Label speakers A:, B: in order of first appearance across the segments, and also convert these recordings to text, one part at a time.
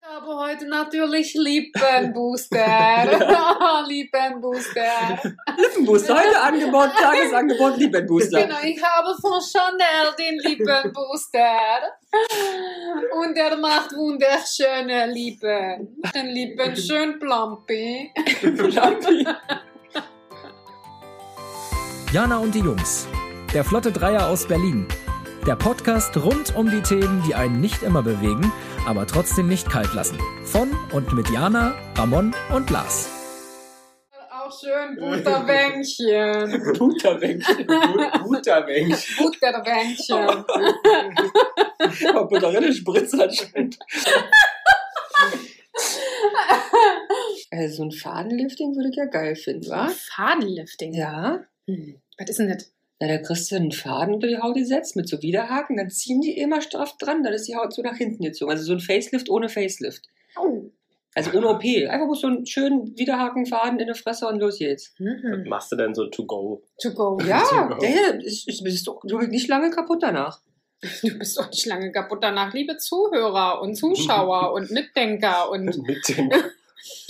A: brauche heute natürlich Lippenbooster. Lippenbooster.
B: Lippenbooster, heute Angebot, Tagesangebot, Lippenbooster.
A: Genau, ich habe von Chanel den Lippenbooster. Und er macht wunderschöne Lippen. Den Lippen schön plumpy.
B: Genau.
C: Jana und die Jungs. Der Flotte Dreier aus Berlin. Der Podcast rund um die Themen, die einen nicht immer bewegen, aber trotzdem nicht kalt lassen. Von und mit Jana, Ramon und Lars.
A: Auch schön Butterwängchen.
B: Butterwänkchen. Butterwänkchen.
A: Butterwängchen.
B: Aber Butterelle Spritzer anscheinend. Also so ein Fadenlifting würde ich ja geil finden, wa?
A: Fadenlifting.
B: Ja.
A: Hm, Was ist denn das?
B: Na, da kriegst du einen Faden unter die Haut gesetzt mit so Widerhaken, dann ziehen die immer straff dran, dann ist die Haut so nach hinten gezogen. Also so ein Facelift ohne Facelift.
A: Oh.
B: Also ohne OP. Einfach bloß so einen schönen Widerhakenfaden in der Fresse und los geht's.
D: Was
A: Mhm.
D: machst du denn so to go?
A: To go.
B: Ja,
D: Super.
B: der hier ist, ist, ist doch wirklich nicht lange kaputt danach.
A: Du bist doch nicht lange kaputt danach, liebe Zuhörer und Zuschauer und Mitdenker und
D: Mit den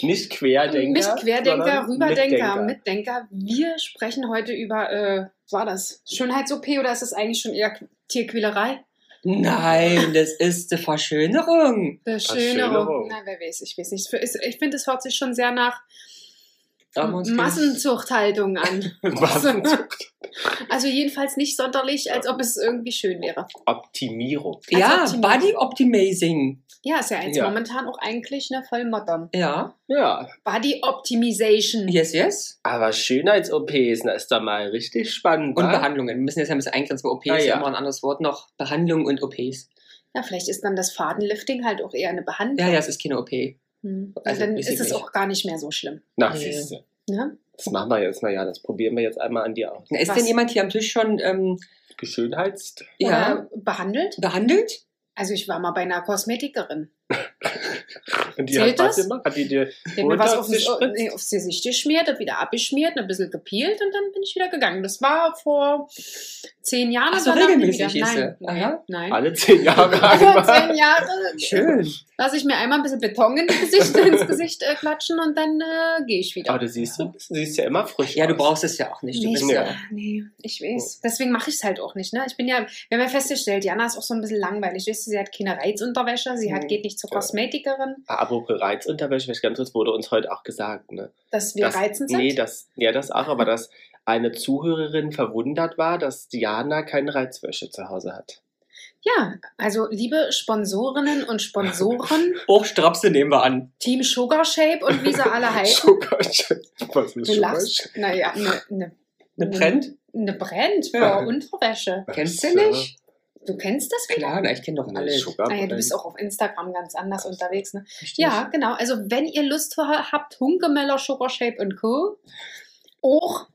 D: nicht Querdenker.
A: nicht Querdenker,
D: sondern
A: Rüberdenker, Mitdenker. Wir sprechen heute über, äh, was war das Schönheits-OP oder ist das eigentlich schon eher Tierquälerei?
B: Nein, das ist eine Verschönerung.
A: Beschönerung.
D: Verschönerung.
A: Na, wer weiß, ich weiß nicht. Ich, ich finde, es hört sich schon sehr nach
B: Da haben wir uns
A: Massenzuchthaltung an.
D: Was?
A: Also jedenfalls nicht sonderlich, als ob es irgendwie schön wäre.
D: Optimierung.
B: gegen- Ja,
A: Als Optimierung.
B: Body Optimizing.
A: Ja, ist ja jetzt
D: Ja.
A: momentan auch eigentlich eine voll modern.
B: Ja,
D: Ja,
A: Body Optimization.
B: yes, yes.
D: aber Schönheits-OPs, da ist da mal richtig spannend.
B: Und
D: wa?
B: Behandlungen. Wir müssen jetzt ein bisschen eingrenzen, weil OP
D: Ah,
B: ist ja
D: ja.
B: immer ein anderes Wort noch. Behandlungen und OPs.
A: Ja, vielleicht ist dann das Fadenlifting halt auch eher eine Behandlung.
B: Ja, ja, es ist keine OP.
A: Hm. Und
B: Also,
A: dann
B: weiß
A: ist
B: ich
A: es
B: nicht.
A: auch gar nicht mehr so schlimm.
D: Na,
B: Nee.
D: siehst du.
A: Ne?
D: Das machen wir jetzt mal, ja. Das probieren wir jetzt einmal an dir aus.
B: Na, Ist
A: Was?
B: denn jemand hier am Tisch schon ähm,
D: Geschönheitst?
B: ja,
A: Oder behandelt.
B: behandelt?
A: Also ich war mal bei einer Kosmetikerin.
D: Und die
A: Zählt
D: hat was
A: das?
D: gemacht? Hat die dir
A: Die hat mir was aufs,
D: runtergespritzt?
A: nee, aufs Gesicht geschmiert, hat wieder abgeschmiert, ein bisschen gepielt und dann bin ich wieder gegangen. Das war vor zehn Jahren.
B: Ach
A: das
B: so,
A: war dann
B: regelmäßig
A: wieder.
B: ist
A: Nein,
B: sie.
A: nein,
B: Aha.
A: nein.
D: Alle zehn Jahre
A: Vor
D: einmal.
A: zehn Jahren
B: Schön.
A: lasse ich mir einmal ein bisschen Beton ins Gesicht, ins Gesicht äh, klatschen und dann äh, gehe ich wieder.
D: Aber du Ah, siehst, du siehst ja immer frisch
B: Ja, du
D: aus.
B: brauchst es ja auch nicht. Du
A: Nee,
B: bist
A: ich-
B: ja.
A: nee, ich weiß. Deswegen mache ich es halt auch nicht. Ne? Ich bin ja, wir haben ja festgestellt, Jana ist auch so ein bisschen langweilig. Weißt du, sie hat keine Reizunterwäsche, sie hat,
B: Mhm.
A: geht nicht zur
D: Ja.
A: Kosmetikerin,
D: Ah, Apropos Reizunterwäsche, vielleicht ganz kurz wurde uns heute auch gesagt, ne?
A: dass wir
D: Das-
A: reizend sind.
D: Nee, das, ja, das auch, aber dass eine Zuhörerin verwundert war, dass Diana keine Reizwäsche zu Hause hat.
A: ja, also liebe Sponsorinnen und Sponsoren,
B: Hochstrapse nehmen wir an.
A: Team Sugar Shape und wie sie alle heißen.
D: Sugar Shape. Was ist
A: Du
D: Sugar
A: lachst.
D: Shape?
A: Naja, eine ne,
B: Eine Brand?
A: ne Brand für
D: Ja.
A: Unterwäsche.
B: Kennst du
D: Ach so.
B: nicht?
A: Du kennst das wieder?
B: Klar, na, ich kenne doch alle.
D: Nee, Sugar
A: Naja, Ah, du
D: oder
A: bist auch auf Instagram ganz anders unterwegs. Ne?
B: Richtig.
A: Ja, genau. Also wenn ihr Lust ha- habt, Hunkemeller, Sugar Shape und Co. Auch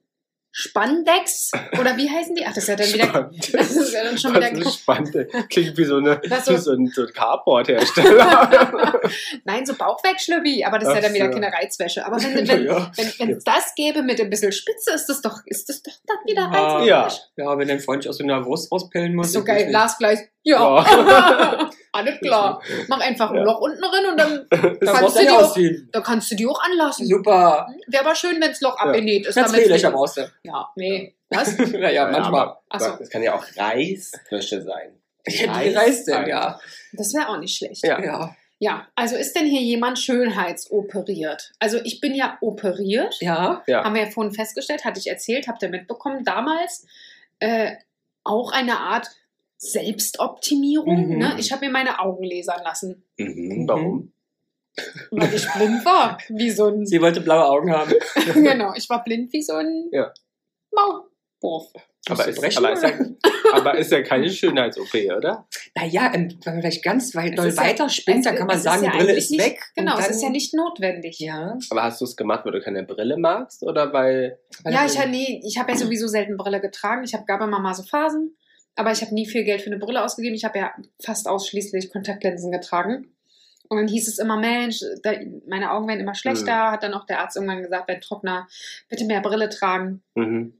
A: Spandex oder wie heißen die? Ach, das ist ja dann wieder.
D: Spannend.
A: Das ist ja dann schon
D: Das
A: wieder.
D: ist spannend. Klingt wie so, eine,
A: Was so-
D: wie so ein, so ein Carport-Hersteller.
A: Nein, so Bauchwegschlüppi, aber das ist ja
D: Ach
A: dann wieder
D: so.
A: keine Reizwäsche. Aber wenn es wenn,
B: Ja.
A: wenn, wenn's das gäbe mit ein bisschen Spitze, ist das doch, ist das doch dann wieder
B: Ah,
A: Reizwäsche.
D: Ja.
B: Ja, wenn dein Freund dich aus so einer Wurst rauspellen muss.
A: Ist so
B: ich weiß
A: geil.
B: nicht.
A: Lars gleich. Ja. Alles klar. Mach einfach ein
D: Ja.
A: Loch unten rein und dann,
B: Dann
A: kannst
B: brauchst
A: du
B: du nicht
A: dir auch-
B: ausziehen.
A: dann kannst du die auch anlassen.
B: Super.
A: Wäre aber schön, wenn das Loch abgenäht ist.
B: Na,
A: damit's
B: zwei Löcher
A: nicht-
B: brauchst du.
A: Ja, nee. Was?
B: Naja, manchmal.
A: Ach so.
D: Das kann ja auch Reiswäsche sein.
B: Die reißt denn,
D: Alter.
B: ja.
A: Das wäre auch nicht schlecht.
D: Ja.
B: Ja.
A: Ja, also ist denn hier jemand schönheitsoperiert? Also ich bin ja operiert,
B: Ja.
D: Ja.
A: haben wir ja vorhin festgestellt, hatte ich erzählt, habt ihr mitbekommen, damals äh, auch eine Art Selbstoptimierung.
B: Mhm.
A: Ne? Ich habe mir meine Augen lasern lassen,
D: Mhm, warum?
A: weil ich blind war, wie so ein,
B: Sie wollte blaue Augen haben.
A: genau, ich war blind wie so ein
D: Ja.
A: Maulwurf.
D: Aber
B: du
D: ist,
B: brechen,
D: aber, ist ja, aber ist ja
A: Mhm.
D: keine Schönheits-OP, oder?
B: Naja, ähm, wenn man vielleicht ganz weit
A: Es
B: doll
A: ist ja-
B: weiter spinnt, dann
A: Also,
B: kann man
A: es
B: sagen,
A: ja
B: die Brille
A: eigentlich
B: ist
A: nicht,
B: weg. und
A: Genau,
B: dann,
A: es ist ja nicht notwendig.
B: Ja.
D: Aber hast du es gemacht, weil du keine Brille magst oder weil
A: Ja, ich, hab- nee, ich habe ja sowieso selten Brille getragen. Ich habe gab immer mal so Phasen, aber ich habe nie viel Geld für eine Brille ausgegeben. Ich habe ja fast ausschließlich Kontaktlinsen getragen. Und dann hieß es immer, Mensch, da, meine Augen werden immer schlechter. Hat dann auch der Arzt irgendwann gesagt, wenn Trockner, bitte mehr Brille tragen.
D: Mhm.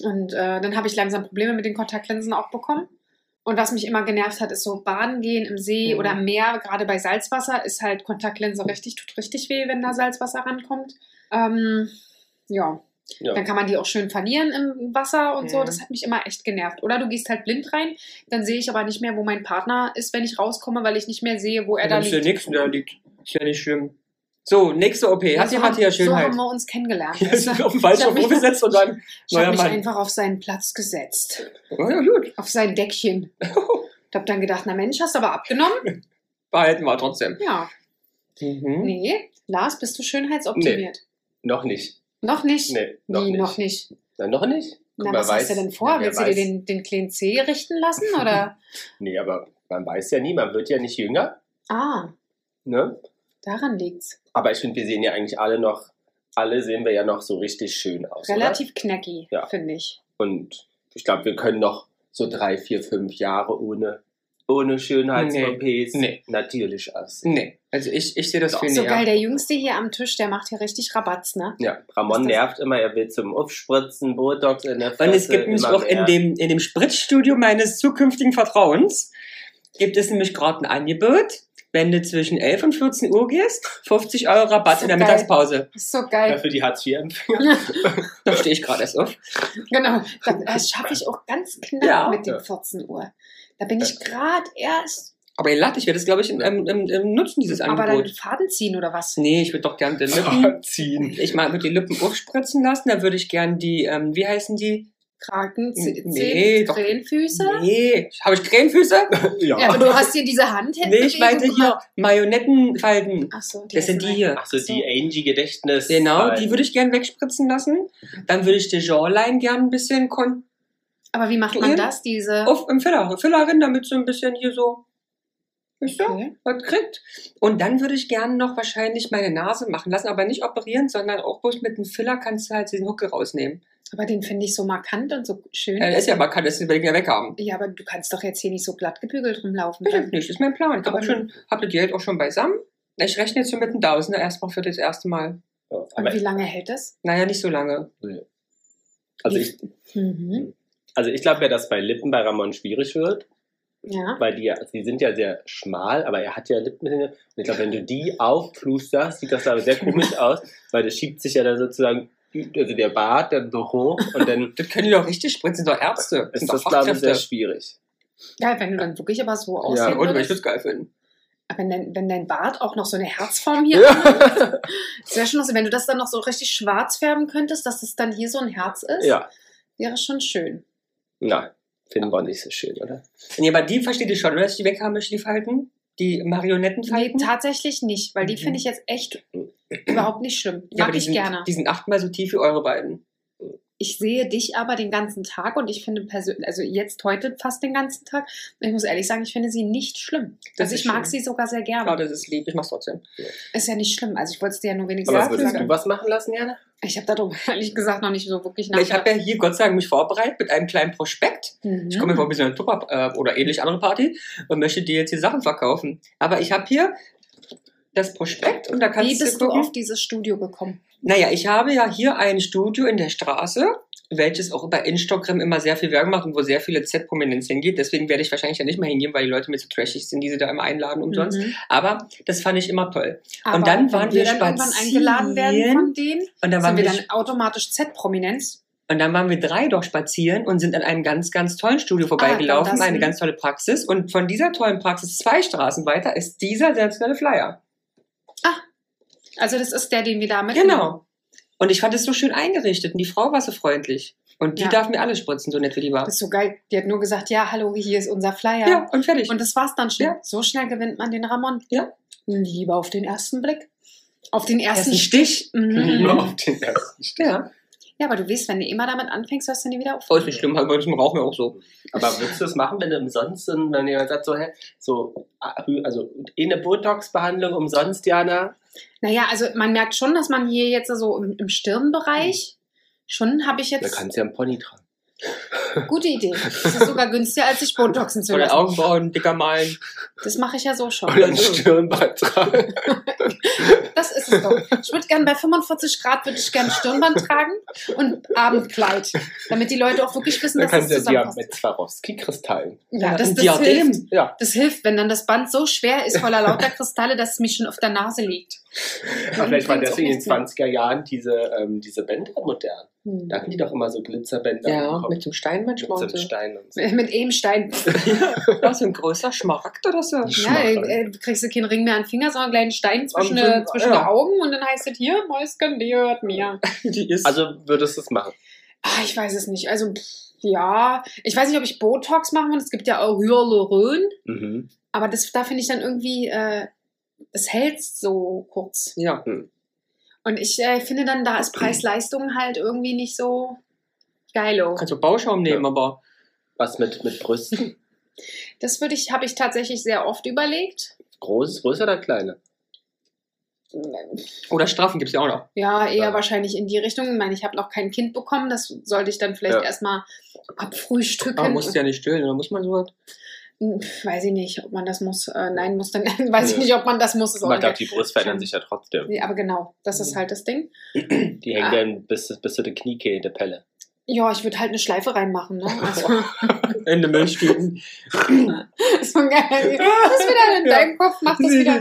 A: Und äh, dann habe ich langsam Probleme mit den Kontaktlinsen auch bekommen. Und was mich immer genervt hat, ist so Baden gehen im See
B: Mhm.
A: oder im Meer, gerade bei Salzwasser, ist halt Kontaktlinse richtig, tut richtig weh, wenn da Salzwasser rankommt. Ähm, ja.
D: Ja.
A: Dann kann man die auch schön verlieren im Wasser und so.
B: Mhm.
A: Das hat mich immer echt genervt. Oder du gehst halt blind rein, dann sehe ich aber nicht mehr, wo mein Partner ist, wenn ich rauskomme, weil ich nicht mehr sehe, wo er da
B: dann ist ja
A: liegt.
B: nichts, da liegt. Ist ja nicht schlimm. So, nächste OP. Hat
A: so
B: ja
A: haben-
B: Matthias
A: So
B: Schönheit.
A: haben wir uns kennengelernt.
B: Ja,
A: Weißt
B: genau.
A: du?
B: ich
A: Ich hab
B: bin auf dem Waldschirm
A: mich-
B: rumgesetzt und dann
A: Ich habe
B: neuer
A: mich
B: Mann.
A: einfach auf seinen Platz gesetzt.
B: Oh, ja, gut.
A: Auf sein Deckchen. Ich habe dann gedacht, na Mensch, hast aber abgenommen?
B: Behalten wir trotzdem.
A: Ja.
B: Mhm.
A: Nee. Lars, bist du schönheitsoptimiert?
D: Noch nicht.
A: Noch nicht?
D: Nee, noch
A: Wie,
D: nicht.
A: noch nicht?
D: Nein, noch nicht?
A: Na,
D: Wer
A: was hast du
D: weiß.
A: denn vor?
D: Ja, wer
A: Willst du dir
D: weiß.
A: den, den kleinen C richten lassen? Oder?
D: Nee, aber man weiß ja nie, man wird ja nicht jünger.
A: ah,
D: Ne?
A: daran liegt's.
D: Aber ich finde, wir sehen ja eigentlich alle noch, alle sehen wir ja noch so richtig schön aus.
A: Relativ knackig,
D: Ja.
A: finde ich.
D: Oder? Und ich glaube, wir können noch so drei, vier, fünf Jahre ohne, ohne Schönheits-OPs
B: Nee.
D: natürlich aussehen.
B: Nee, also ich, ich sehe das für
A: So
B: näher.
A: geil, der Jüngste hier am Tisch, der macht hier richtig Rabatz, ne?
D: Ja, Ramon
A: Ist das-
D: nervt immer, er will zum Aufspritzen, Botox in der Fresse.
B: Und es gibt nämlich
D: immer
B: auch in
D: mehr.
B: dem, in dem Spritzstudio meines zukünftigen Vertrauens, gibt es nämlich gerade ein Angebot, wenn du zwischen 11 und 14 Uhr gehst, 50 Euro Rabatt
A: So
B: in der
A: geil.
B: Mittagspause.
A: Ist so
D: Ja,
A: geil.
D: für die Hartz-IV-Empfänger.
B: Da stehe ich gerade erst auf.
A: genau. Das, das schaffe ich auch ganz knapp
B: Ja.
A: mit den
D: Ja.
A: 14 Uhr. Da bin ich gerade erst.
B: Aber ihr lacht, ich werde es, glaube ich, im, im, im, im Nutzen dieses
A: Aber dann
B: Angebot.
A: Faden ziehen oder was?
B: Nee, ich würde doch gerne die Lippen.
D: Ziehen.
B: Ich mag mit die Lippen aufspritzen lassen, dann würde ich gern die, ähm, wie heißen die?
A: Kraken, Zeh-
B: Nee,
A: Zehen,
B: doch.
A: Zehenfüße?
B: Nee, habe ich Cremefüße?
D: Ja.
A: Ja, aber du hast hier diese Hand
B: Nee, ich meinte hier Marionettenfalten.
A: Achso, die
B: Das sind
A: heißen
B: die hier.
D: Achso, die Angie-Gedächtnis.
B: Genau, die würde ich gern wegspritzen lassen. Dann würde ich die Jawline gern ein bisschen kon
A: Aber wie macht man
B: Hier?
A: das, diese?
B: auf im Filler, Fillerin, damit so ein bisschen hier so weißt du,
A: Okay.
B: was kriegt. Und dann würde ich gern noch wahrscheinlich meine Nase machen lassen, aber nicht operieren, sondern auch bloß mit einem Filler kannst du halt diesen Huckel rausnehmen.
A: Aber den finde ich so markant und so schön.
B: Ja, ist ja aber kann das deswegen ja weghaben.
A: ja, aber du kannst doch jetzt hier nicht so glatt gebügelt rumlaufen.
B: Bestimmt nicht, ist mein Plan. Ich habe
A: Aber
B: auch schon, hab das Geld auch schon beisammen. Ich rechne jetzt so mit einem Tausender erstmal für das erste Mal.
D: Ja,
A: Und
D: aber
A: wie lange hält das?
B: Naja, nicht so lange.
D: also ich,
A: Mhm.
D: also ich glaube ja, dass bei Lippen bei Ramon schwierig wird,
A: Ja.
D: weil die, ja- also die sind ja sehr schmal, aber er hat ja Lippen. Und ich glaube, wenn du die aufplusterst, sieht das aber sehr komisch aus, weil das schiebt sich ja dann sozusagen, also der Bart dann so hoch und dann
B: Das können die doch richtig spritzen, sind doch Ärzte. Das
D: ist
B: sind doch
D: das, glaube ich, sehr
B: Fachkräfte.
D: schwierig.
A: Ja, wenn du dann wirklich aber so aussehen
B: Ja,
A: ja,
B: und wenn ich
A: würdest.
B: das geil finde.
A: Aber Wenn dein, wenn dein Bart auch noch so eine Herzform hier hat,
D: Ja,
A: das wäre schon noch so, wenn du das dann noch so richtig schwarz färben könntest, dass das dann hier so ein Herz ist,
D: ja.
A: wäre schon schön.
D: na, finden wir nicht so schön, oder?
B: Nee, aber die versteht ihr schon, oder? Dass die weg haben, die Falten? Die
A: Nee,
B: Marionettenfalten?
A: tatsächlich nicht, weil die
B: Mhm.
A: finde ich jetzt echt überhaupt nicht schlimm. Mag
B: aber die
A: ich
B: sind,
A: gerne.
B: Die sind achtmal so tief wie eure beiden.
A: Ich sehe dich aber den ganzen Tag und ich finde persönlich, also jetzt heute fast den ganzen Tag, und ich muss ehrlich sagen, ich finde sie nicht schlimm.
B: Das
A: also
B: ist
A: ich mag
B: schön.
A: sie sogar sehr gerne.
B: Ja, das ist lieb, ich mach's trotzdem.
A: Ist ja nicht schlimm. Also ich wollte es dir ja nur wenigstens
D: Aber
B: Ja,
D: würdest
A: sagen.
D: du was machen lassen, Jana?
A: Ich habe darum ehrlich gesagt noch nicht so wirklich
B: Na, ich
A: nachgedacht.
B: habe ja hier Gott sei Dank mich vorbereitet mit einem kleinen Prospekt.
A: Mhm.
B: Ich komme mir vor ein bisschen eine Tupper äh, oder ähnlich andere Party und möchte dir jetzt hier Sachen verkaufen. Aber ich habe hier das Prospekt und da kannst
A: Wie bist du
B: gucken.
A: auf dieses Studio gekommen?
B: Naja, ich habe ja hier ein Studio in der Straße, welches auch bei Instagram immer sehr viel Werbung macht und wo sehr viele Z-Prominenz hingeht. Deswegen werde ich wahrscheinlich ja nicht mehr hingehen, weil die Leute mir so trashig sind, die sie da immer einladen umsonst.
A: Mhm.
B: Aber das fand ich immer toll.
A: Aber
B: dann waren
A: wenn
B: wir
A: dann irgendwann
B: spazieren.
A: eingeladen werden von denen,
B: Und dann,
A: sind
B: waren
A: wir
B: wir
A: dann automatisch Z-Prominenz.
B: und dann waren wir drei doch spazieren und sind an einem ganz, ganz tollen Studio vorbeigelaufen,
A: das,
B: eine
A: hm.
B: ganz tolle Praxis. Und von dieser tollen Praxis zwei Straßen weiter ist dieser sensationelle Flyer.
A: Also das ist der, den wir da mitnehmen.
B: Genau. Und ich fand es so schön eingerichtet und die Frau war so freundlich. Und die
A: Ja.
B: darf mir alles spritzen, so nett wie die war.
A: Das ist so geil. Die hat nur gesagt, ja, hallo, hier ist unser Flyer.
B: ja. und fertig.
A: Und das war's dann schon.
B: Ja.
A: So schnell gewinnt man den Ramon.
B: Ja.
A: Lieber auf den ersten Blick. Auf den
B: Ersten
A: ersten
B: Stich.
A: Mhm.
D: Auf den ersten Stich.
B: Ja.
A: Ja, aber du weißt, wenn du immer damit anfängst, hörst du nie wieder auf.
B: Oh, ist nicht schlimm, halt bei diesem Rauchen ja auch so.
D: Aber würdest du es machen, wenn du umsonst, sind, wenn jemand sagt, so, hä, so, also eh eine Botox-Behandlung umsonst, Jana?
A: Naja, also man merkt schon, dass man hier jetzt so im, im Stirnbereich schon habe ich
D: Da
A: jetzt.
D: kannst du ja einen Pony tragen.
A: Gute Idee. Es ist sogar günstiger, als sich Botoxen zu
B: Oder
A: lassen.
B: Augenbrauen dicker malen.
A: Das mache ich ja so schon.
D: Oder ein Stirnband tragen.
A: Das ist es doch. Ich würde gerne bei 45 Grad würde ich gerne Stirnband tragen und Abendkleid, damit die Leute auch wirklich wissen,
D: Dann
A: dass
D: kannst
A: das
D: du ja
A: zusammenpasst.
D: mit Swarovski-Kristallen.
A: Ja, das,
B: Ein
A: das hilft.
D: Ja.
A: Das hilft, wenn dann das Band so schwer ist voller lauter Kristalle, dass es mir schon auf der Nase liegt.
D: Aber vielleicht war eh
A: Bringt's
D: deswegen in
A: auch
D: den 20er Jahren diese, ähm, diese Bänder modern.
A: nichts
D: Da
A: mehr.
D: hatten die doch immer so Glitzerbänder.
B: Ja,
D: bekommen.
B: mit dem Stein
D: mit
B: manchmal.
D: so
B: und so.
D: einem Stein und so.
A: Hm. Mit Ebenstein.
B: Ja, so ein großer Schmaragd oder so.
A: Ja,
D: Schmack rein.
A: äh, kriegst du keinen Ring mehr an den Finger, sondern einen kleinen Stein zwischen,
B: Am
A: äh,
B: Finger,
A: zwischen
B: ja.
A: die Augen und dann heißt es hier, Mäuschen, die hört mir.
B: Die ist.
D: Also würdest du es machen?
A: Ah, ich weiß es nicht. Also, pff, ja. Ich weiß nicht, ob ich Botox machen würde. Es gibt ja auch Hyaluron.
D: Mhm.
A: Aber das, da finde ich dann irgendwie, äh, es hält so kurz.
B: ja.
A: Und ich äh, finde dann, da ist Preis-Leistung halt irgendwie nicht so geilo.
B: Kannst du Bauschaum nehmen,
D: Ja.
B: aber
D: Was mit, mit Brüsten?
A: Das würde ich, habe ich tatsächlich sehr oft überlegt.
D: Großes, größer oder kleiner?
B: oder Strafen gibt es ja auch noch.
A: Ja, eher
D: Ja.
A: wahrscheinlich in die Richtung. Ich meine, ich habe noch kein Kind bekommen. Das sollte ich dann vielleicht
D: Ja.
A: erstmal
B: Aber
A: abfrühstücken.
B: musst du ja nicht stillen, oder muss man sowas?
A: Hm, Weiß ich nicht, ob man das muss. Äh, nein, muss dann. weiß ich
D: Ja.
A: nicht, ob man das muss. Ist auch
D: Aber ich glaube,
A: egal.
D: die Brust verändern sich ja trotzdem.
A: Nee, aber genau, das ist halt das Ding.
D: Die hängen
A: Ah.
D: dann bis, bis zu den Kniekehlen der Pelle.
A: Ja, ich würde halt eine Schleife reinmachen. Ne? Also,
B: In den Milchtüten.
A: so ein geil. Das ist wieder in
D: Ja.
A: deinem Kopf, mach das wieder.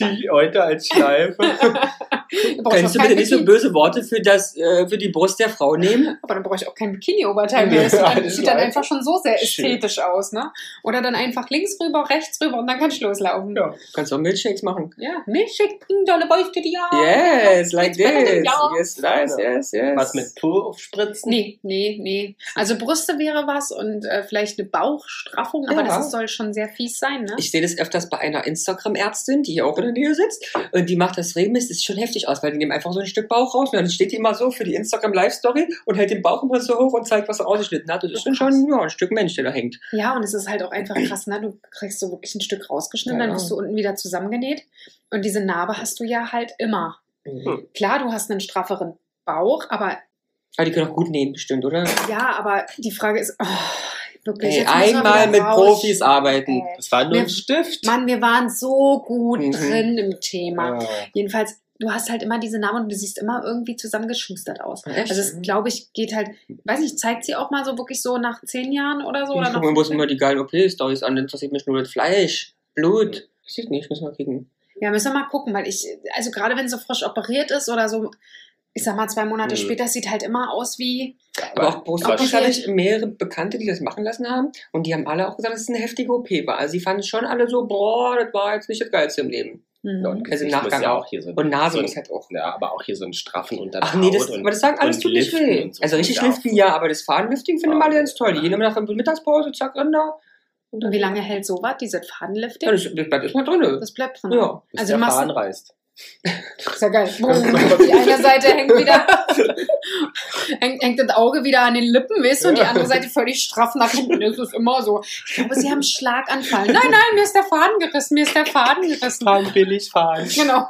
D: die Euter als Schleife.
A: Du brauchst auch
B: Kannst
A: kein
B: du bitte nicht so
A: Bikini-
B: böse Worte für, das, äh, für die Brust der Frau nehmen?
A: Aber dann brauche ich auch kein Bikini-Oberteil mehr. Das sieht
D: Ja,
A: dann,
D: das
A: sieht dann
D: weiß
A: einfach schon so sehr
D: Schön.
A: ästhetisch aus, ne? Oder dann einfach links rüber, rechts rüber und dann kann ich loslaufen.
D: Ja.
A: Ja,
B: Kannst du auch Milchshakes machen.
A: Milchshake bringt alle Beute die Jahre.
B: Yes, like
A: Jetzt bitte
B: this.
A: den Daumen.
B: Yes, nice, yes, yes.
D: Was mit Po aufspritzen?
A: Nee, nee, nee. Also Brüste wäre was und äh, vielleicht eine Bauchstraffung, aber
B: Ja.
A: das ist, soll schon sehr fies sein, ne?
B: Ich sehe das öfters bei einer Instagram-Ärztin, die hier auch in der Nähe sitzt. Und die macht das regelmäßig. Das sieht schon heftig aus, weil die nehmen einfach so ein Stück Bauch raus. Und dann steht die immer so für die Instagram-Live-Story und hält den Bauch immer so hoch und zeigt, was er ausgeschnitten hat. Das ist dann schon ja, ein Stück Mensch, der da hängt.
A: Ja, und es ist halt auch einfach krass, ne? Du kriegst so wirklich ein Stück rausgeschnitten,
B: Ja, genau.
A: dann
B: ja.
A: wirst du unten wieder zusammengenäht. Und diese Narbe hast du ja halt immer. Klar, du hast einen strafferen Bauch, aber
B: Aber die können auch gut nähen, bestimmt, oder?
A: ja, aber die Frage ist, oh, wirklich.
B: Ey,
A: jetzt müssen wir
B: einmal
A: wieder
B: mit
A: raus.
B: Profis arbeiten.
A: Ey.
D: Das war nur
A: Nee.
D: ein Stift.
A: Mann, wir waren so gut
B: Mhm.
A: drin im Thema.
D: Ah.
A: Jedenfalls, du hast halt immer diese Namen und du siehst immer irgendwie zusammengeschustert aus.
B: Echt?
A: Also es, glaube ich, geht halt, weiß nicht, zeigt sie auch mal so wirklich so nach zehn Jahren oder so? Oder
B: ich
A: nach
B: gucke mir bloß
A: 15?
B: immer die geilen OP-Stories an. Dann interessiert mich nur das Fleisch, Blut. Das sieht nicht, müssen wir kriegen.
A: Ja, müssen wir mal gucken, weil ich, also gerade wenn sie frisch operiert ist oder so, ich sag mal zwei Monate
D: Mhm.
A: später, es sieht halt immer aus wie,
B: Aber auch Brustkrebs
A: Okay.
B: habe ich mehrere Bekannte, die das machen lassen haben. Und die haben alle auch gesagt, dass es eine heftige OP war. Also sie fanden es schon alle so, boah, das war jetzt nicht das Geilste im Leben.
A: mhm.
D: Ja, und
B: Also im
D: Gesicht
B: Nachgang
D: muss ja
B: auch.
D: auch hier so ein,
B: Und Nase
D: so
B: muss
D: ein,
B: halt auch.
D: ja, aber auch hier so einen straffen Unterhaut.
B: Ach nee, das,
D: und,
B: aber das sagen alles
D: und
B: tut nicht
D: Liften
B: weh.
D: und so
B: Also
D: kommt
B: richtig
D: ja auch
B: liften, ja, aber das Fadenlifting finden wir alle ganz toll. Die gehen immer nach der Mittagspause, zack, Rinder.
A: und wie lange hält sowas, diese Fadenlifting?
B: Ja, das, das bleibt erstmal drin.
A: das bleibt drin.
B: Ja.
D: bis
A: Also
D: der
A: machst-
D: Faden reißt.
A: Ist ja geil.
D: genau.
A: Die eine Seite hängt wieder, hängt, hängt das Auge wieder an den Lippen, weißt du, und die andere Seite völlig straff nach hinten. Das ist immer so. Ich glaube, sie haben einen Schlaganfall. Nein, nein, mir ist der Faden gerissen, mir ist der Faden gerissen.
D: Faden billig fahren.
A: Genau.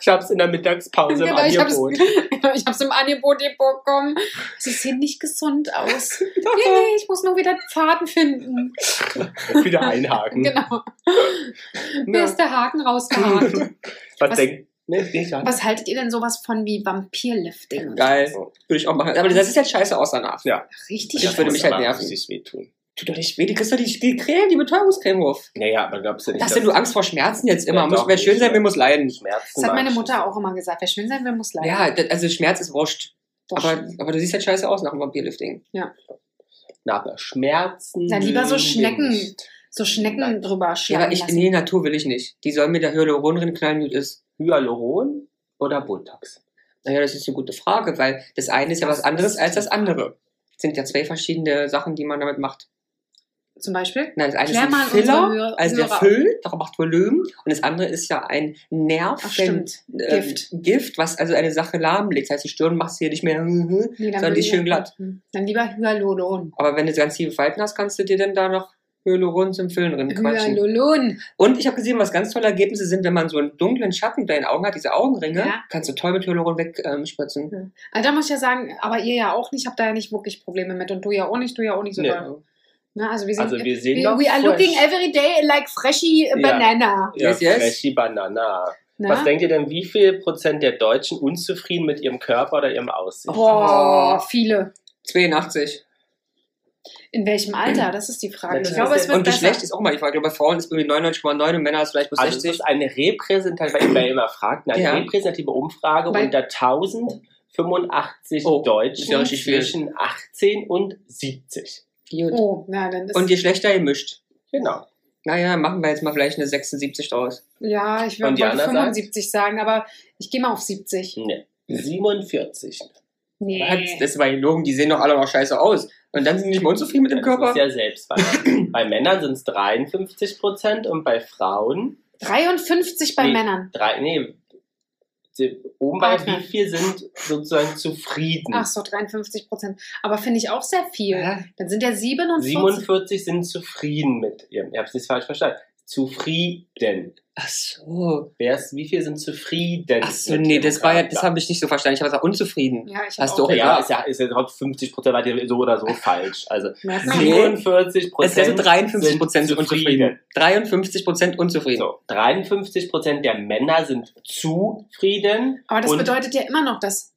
D: Ich hab's in der Mittagspause
A: Genau, ich hab's- Ich habe es im Angebot bekommen. Sie sehen nicht gesund aus. Nee, nee, ich muss nur wieder den Faden finden.
B: Hm.
D: Wieder einhaken.
A: Genau. Mir ist der Haken rausgehakt.
D: Was,
A: Was-
D: denkt. Nee, nee, ja.
A: Was haltet ihr denn sowas von wie Vampirlifting?
B: Geil. Würde ich auch machen. Aber das sieht halt scheiße aus danach.
D: Ja.
A: Richtig
B: Ich würde
D: muss
B: mich halt
D: aber
B: nerven.
D: richtig wehtun.
B: Tut doch nicht weh. Die kriegst doch die, die Creme, die Betäubungscreme auf.
D: Naja, aber glaubst du nicht,
B: Das denn du Angst vor Schmerzen jetzt immer.
D: Ja,
B: muss
D: doch,
B: wer schön
D: nicht.
B: sein will, muss leiden.
D: Schmerzen
A: Das hat meine
D: waren?
A: Mutter auch immer gesagt. Wer schön sein will, muss leiden.
B: Ja, das, also Schmerz ist wurscht.
A: Doch.
B: Aber, aber du siehst halt scheiße aus nach dem Vampirlifting.
D: Na, aber Schmerzen.
A: Na, lieber so
D: will
A: Schnecken.
D: nicht.
A: so Schnecken
D: Nein.
A: drüber
B: Ja,
A: schlagen
B: aber ich,
A: lassen.
B: nee, Natur will ich nicht. Die sollen mir da Hyaluron rinknallen, gut ist.
D: Hyaluron oder Botox?
B: Naja, das ist eine gute Frage, weil das eine ist ja was anderes als das andere. Das sind ja zwei verschiedene Sachen, die man damit macht.
A: Zum Beispiel.
B: Nein, das eine
A: Klär
B: ist
A: mal
B: ein
A: unsere
B: Filler,
A: Hörer-
B: also der
A: Hörer auf.
B: Füll, der macht Volumen. Und das andere ist ja ein Nerv,
A: Ach, stimmt.
B: äh,
A: Gift.
B: Gift, was also eine Sache lahmlegt. Das heißt, die Stirn machst du hier nicht mehr.
A: Nee,
B: Mhm.
A: dann
B: Sondern
A: würde
B: die
A: ich-
B: schön glatt.
A: Dann lieber Hyaluron.
B: Aber wenn du ganz tiefe Falten hast, kannst du dir dann da noch Hyaluron zum Füllen drin quatschen.
A: Hyalulon.
B: Und ich habe gesehen, was ganz tolle Ergebnisse sind, wenn man so einen dunklen Schatten unter den Augen hat, diese Augenringe,
A: Ja.
B: kannst du toll mit Hyaluron wegspritzen. Ähm,
A: Also da muss ich ja sagen, aber ihr ja auch nicht, ich habe da ja nicht wirklich Probleme mit und du ja auch nicht, du ja auch nicht so
D: Nee.
A: doll. Ne, also wir sehen,
D: Also wir
A: we,
D: sehen doch
A: we are
D: fresh.
A: looking every day like freshy
D: Ja.
A: banana.
D: Ja,
B: Yes, yes.
D: freshy Banana.
A: Ne?
D: Was denkt ihr denn, wie viel Prozent der Deutschen unzufrieden mit ihrem Körper oder ihrem Aussehen? Oh.
A: Boah, viele.
B: 82.
A: In welchem Alter? Das ist die Frage. Ich
D: Ja,
A: glaube, es wird
B: Und
A: besser.
B: Geschlecht ist auch mal die Frage. Ich glaube, bei Frauen ist irgendwie 99,9 und Männer ist vielleicht bis
D: Also es
B: 60.
D: ist eine repräsentative, weil ich mir immer fragt, eine
B: Ja.
D: repräsentative Umfrage
A: Weil-
D: unter 1085
B: Oh,
D: Deutschen
B: ist ja richtig viel.
D: zwischen 18 und 70.
B: Gut.
A: Oh, na, dann ist.
B: Und Geschlechter gemischt.
D: Genau.
B: Naja, machen wir jetzt mal vielleicht eine 76 draus.
A: ja, ich
D: Und
A: würde
D: die
A: wollte
D: anderen
A: 75 sagen, aber ich gehe mal auf 70.
D: Nee. 47.
A: Nee.
B: Das war gelogen, die sehen doch alle noch scheiße aus. Und dann sind die nicht mal unzufrieden mit dem
D: Das
B: Körper.
D: ist ja selbstverständlich. bei Männern sind es 53 Prozent und bei Frauen
A: 53 bei
D: Nee.
A: Männern.
D: drei, nee, die- oben bei
A: Warte.
D: wie viel sind sozusagen zufrieden?
A: Ach so, 53 Prozent. Aber finde ich auch sehr viel.
B: Ja.
A: Dann sind ja 47.
D: 47 sind zufrieden mit ihrem. Ich habe es nicht falsch verstanden. Zufrieden.
B: Ach so.
D: Wer ist, wie viel sind zufrieden?
B: Ach so,
D: mit
B: nee,
D: ihrem
B: das war ja, das
D: Charakter?
B: habe ich nicht so verstanden. Ich habe gesagt, unzufrieden.
A: ja, ich
B: Hast
A: hab
B: du auch
A: auch.
D: ja,
B: egal.
D: ist ja, ist ja überhaupt 50 Prozent war ja so oder so falsch. Also
A: Merkst du?
B: Nee.
D: 47
B: Es
D: Prozent.
B: ist ja so 53 Prozent
D: sind
B: unzufrieden. 53 Prozent unzufrieden.
D: So, 53 Prozent der Männer sind zufrieden.
A: Aber das
D: und
A: bedeutet ja immer noch, dass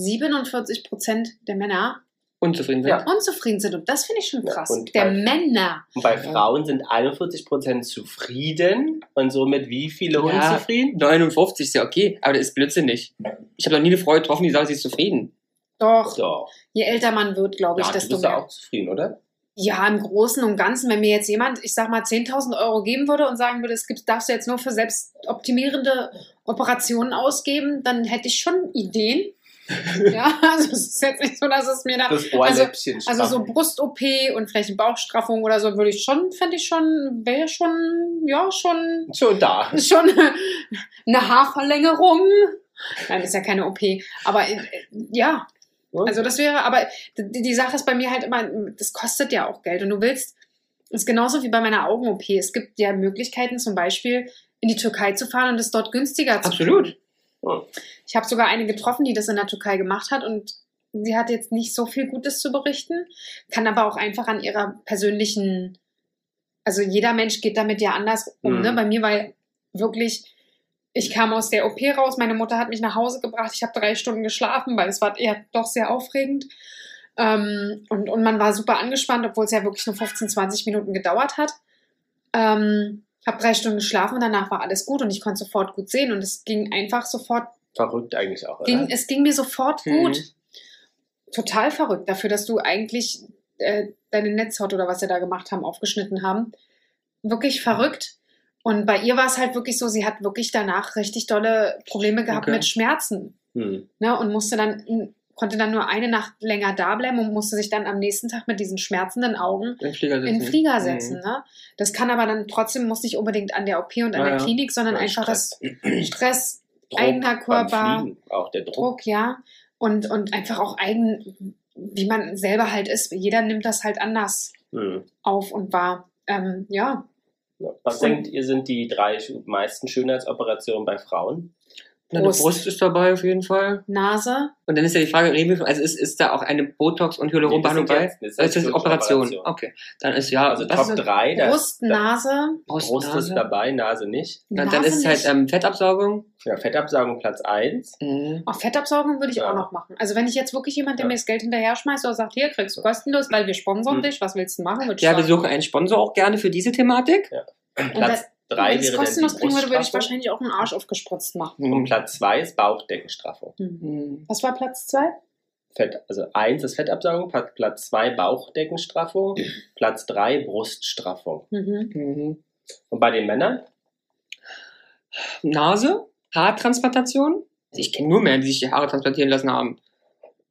A: 47 Prozent der Männer
B: Unzufrieden sind.
D: Ja.
A: unzufrieden sind. Und das finde ich schon
D: Ja,
A: krass.
D: und halt-
A: der
D: bei-
A: Männer.
D: bei Frauen sind 41 Prozent zufrieden und somit wie viele
B: Ja.
D: unzufrieden?
B: 59 ist ja okay, aber das ist blödsinnig. Ich habe noch nie eine Frau getroffen, die sagt, sie ist zufrieden.
A: Doch,
D: Doch.
A: je älter man wird, glaube ich,
D: Ja, du
A: desto
D: bist ja
A: mehr.
D: auch zufrieden, oder?
A: Ja, im Großen und Ganzen, wenn mir jetzt jemand, ich sag mal, 10.000 Euro geben würde und sagen würde, es gibt, darfst du jetzt nur für selbstoptimierende Operationen ausgeben, dann hätte ich schon Ideen. ja, also es ist jetzt nicht so, dass es mir da.
D: Das Ohrläppchen
A: Also so
D: straffen.
A: Brust-OP und vielleicht eine Bauchstraffung oder so würde ich schon, fände ich schon, wäre schon, ja, schon,
D: schon da.
A: schon eine Haarverlängerung. Nein, ist ja keine OP. Aber äh, ja, also das wäre, aber die, die Sache ist bei mir halt immer, das kostet ja auch Geld. Und du willst, ist genauso wie bei meiner Augen-OP. Es gibt ja Möglichkeiten, zum Beispiel in die Türkei zu fahren und es dort günstiger zu
B: Absolut.
A: Ich habe sogar eine getroffen, die das in der Türkei gemacht hat und sie hat jetzt nicht so viel Gutes zu berichten, kann aber auch einfach an ihrer persönlichen, also jeder Mensch geht damit ja anders um.
D: Mhm.
A: Ne? Bei mir war wirklich, ich kam aus der OP raus, meine Mutter hat mich nach Hause gebracht, ich habe drei Stunden geschlafen, weil es war eher doch sehr aufregend. Ähm, und, und man war super angespannt, obwohl es ja wirklich nur 15, 20 Minuten gedauert hat. Ähm, habe drei Stunden geschlafen und danach war alles gut und ich konnte sofort gut sehen und es ging einfach sofort
D: Verrückt eigentlich auch, oder?
A: ging, es ging mir sofort
B: Mhm.
A: gut. Total verrückt dafür, dass du eigentlich äh, deine Netzhaut oder was sie da gemacht haben, aufgeschnitten haben. Wirklich verrückt. Und bei ihr war es halt wirklich so, sie hat wirklich danach richtig dolle Probleme gehabt
B: Okay.
A: mit Schmerzen.
D: Hm.
A: Ne? Und musste dann, konnte dann nur eine Nacht länger da bleiben und musste sich dann am nächsten Tag mit diesen schmerzenden Augen
B: In den Flieger
A: in
B: sitzen. Mhm.
A: den Flieger setzen. Ne? Das kann aber dann trotzdem, muss nicht unbedingt an der OP und an
B: Ah,
A: der
B: ja.
A: Klinik, sondern
D: Ja,
A: einfach das Stress,
D: Druck
A: Eigener
D: beim
A: Körper.
D: Fliegen, Auch der Druck.
A: Druck, ja. Und, und einfach auch eigen, wie man selber halt ist. Jeder nimmt das halt anders
D: Hm.
A: auf und wahr. Ähm, ja,
D: Ja. Was
A: Und-
D: denkt ihr, sind die drei sch- meisten Schönheitsoperationen bei Frauen?
B: Na, eine
A: Brust.
B: Brust ist dabei auf jeden Fall.
A: Nase.
B: Und dann ist ja die Frage, reden wir- also ist, ist da auch eine Botox- und Hyaluronbehandlung
D: Nee, das sind
B: bei?
D: jetzt- das sind
B: Also ist das
D: wirklich
B: Operation.
D: Operationen.
B: Okay. Dann ist ja,
D: also
B: was
D: Top
B: ist-
D: 3, da ist
A: Brust, Nase.
B: Brust,
D: Brust ist
B: Nase.
D: dabei, Nase nicht.
B: Dann,
A: Nase
B: dann ist es halt
A: nicht.
B: ähm, Fettabsaugung.
D: Ja, Fettabsaugung Platz 1.
B: Mhm.
A: Auch Fettabsaugung würde ich
D: Ja.
A: auch noch machen. Also wenn ich jetzt wirklich jemand, der
D: Ja.
A: mir das Geld hinterher schmeißt oder sagt, hier kriegst du kostenlos, weil wir sponsoren
D: Hm.
A: dich, was willst du machen? Würde ich
B: Ja, wir
A: sagen.
B: suchen einen Sponsor auch gerne für diese Thematik.
D: Platz
A: Wenn
D: 3
A: ich es
D: wäre
A: kostenlos
D: dann die
A: kriegen würde, würde ich
D: Bruststraffung.
A: wahrscheinlich auch einen Arsch aufgespritzt machen.
D: Und Platz 2 ist Bauchdeckenstraffung.
A: Hm.
B: Mhm.
A: Was war Platz zwei?
D: Fett, also 1 ist Fettabsaugung, Pla- Platz 2 Bauchdeckenstraffung, Platz 3 Bruststraffung.
A: Mhm.
B: Mhm.
D: Und bei den Männern?
B: Nase, Haartransplantation. Ich kenne nur mehr, die sich die Haare transplantieren lassen haben.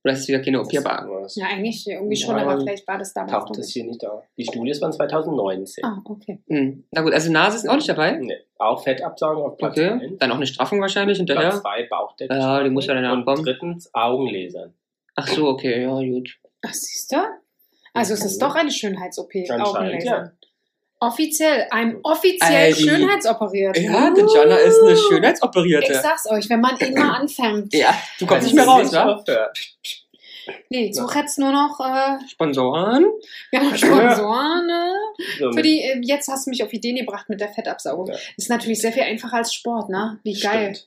B: Oder ist es wieder keine OP, aber
D: Das
A: Ja, eigentlich irgendwie schon,
D: Ja,
A: aber
D: dann
A: vielleicht war das damals
D: taucht
A: noch
D: das
A: nicht.
D: hier nicht auf. Die Studie ist von 2019.
A: Ah, okay.
B: Mhm. Na gut, also Nase ist auch nicht dabei.
D: Nee, auch Fettabsaugung auf Platz
B: Okay.
D: 1.
B: Dann auch eine Straffung wahrscheinlich
D: Platz
B: hinterher.
D: 2 Bauchdecke.
B: Ja, die muss ja danach
D: Und
B: kommen.
D: drittens Augenlasern.
B: Ach so, okay, ja, gut. Mhm.
A: Ach, siehst du? Also es ist doch eine Schönheits-OP.
D: Anscheinend,
A: Augenlasern. Offiziell, einem offiziell
B: Ey, die-
A: schönheitsoperiert. Uh.
B: Ja, die Jana ist eine Schönheitsoperierte.
A: Ich sag's euch, wenn man ihn mal anfängt.
B: Ja, du kommst
D: Also
A: Das
B: nicht mehr
A: ist
B: raus, wa?
D: ja?
A: Nee, ich suche jetzt nur noch äh,
B: Sponsoren?
A: wir haben Sponsoren. Ne?
D: So
A: Für die, äh, jetzt hast du mich auf Ideen gebracht mit der Fettabsaugung.
D: Ja.
A: Ist natürlich sehr viel einfacher als Sport, ne? Wie
D: Stimmt.
A: geil.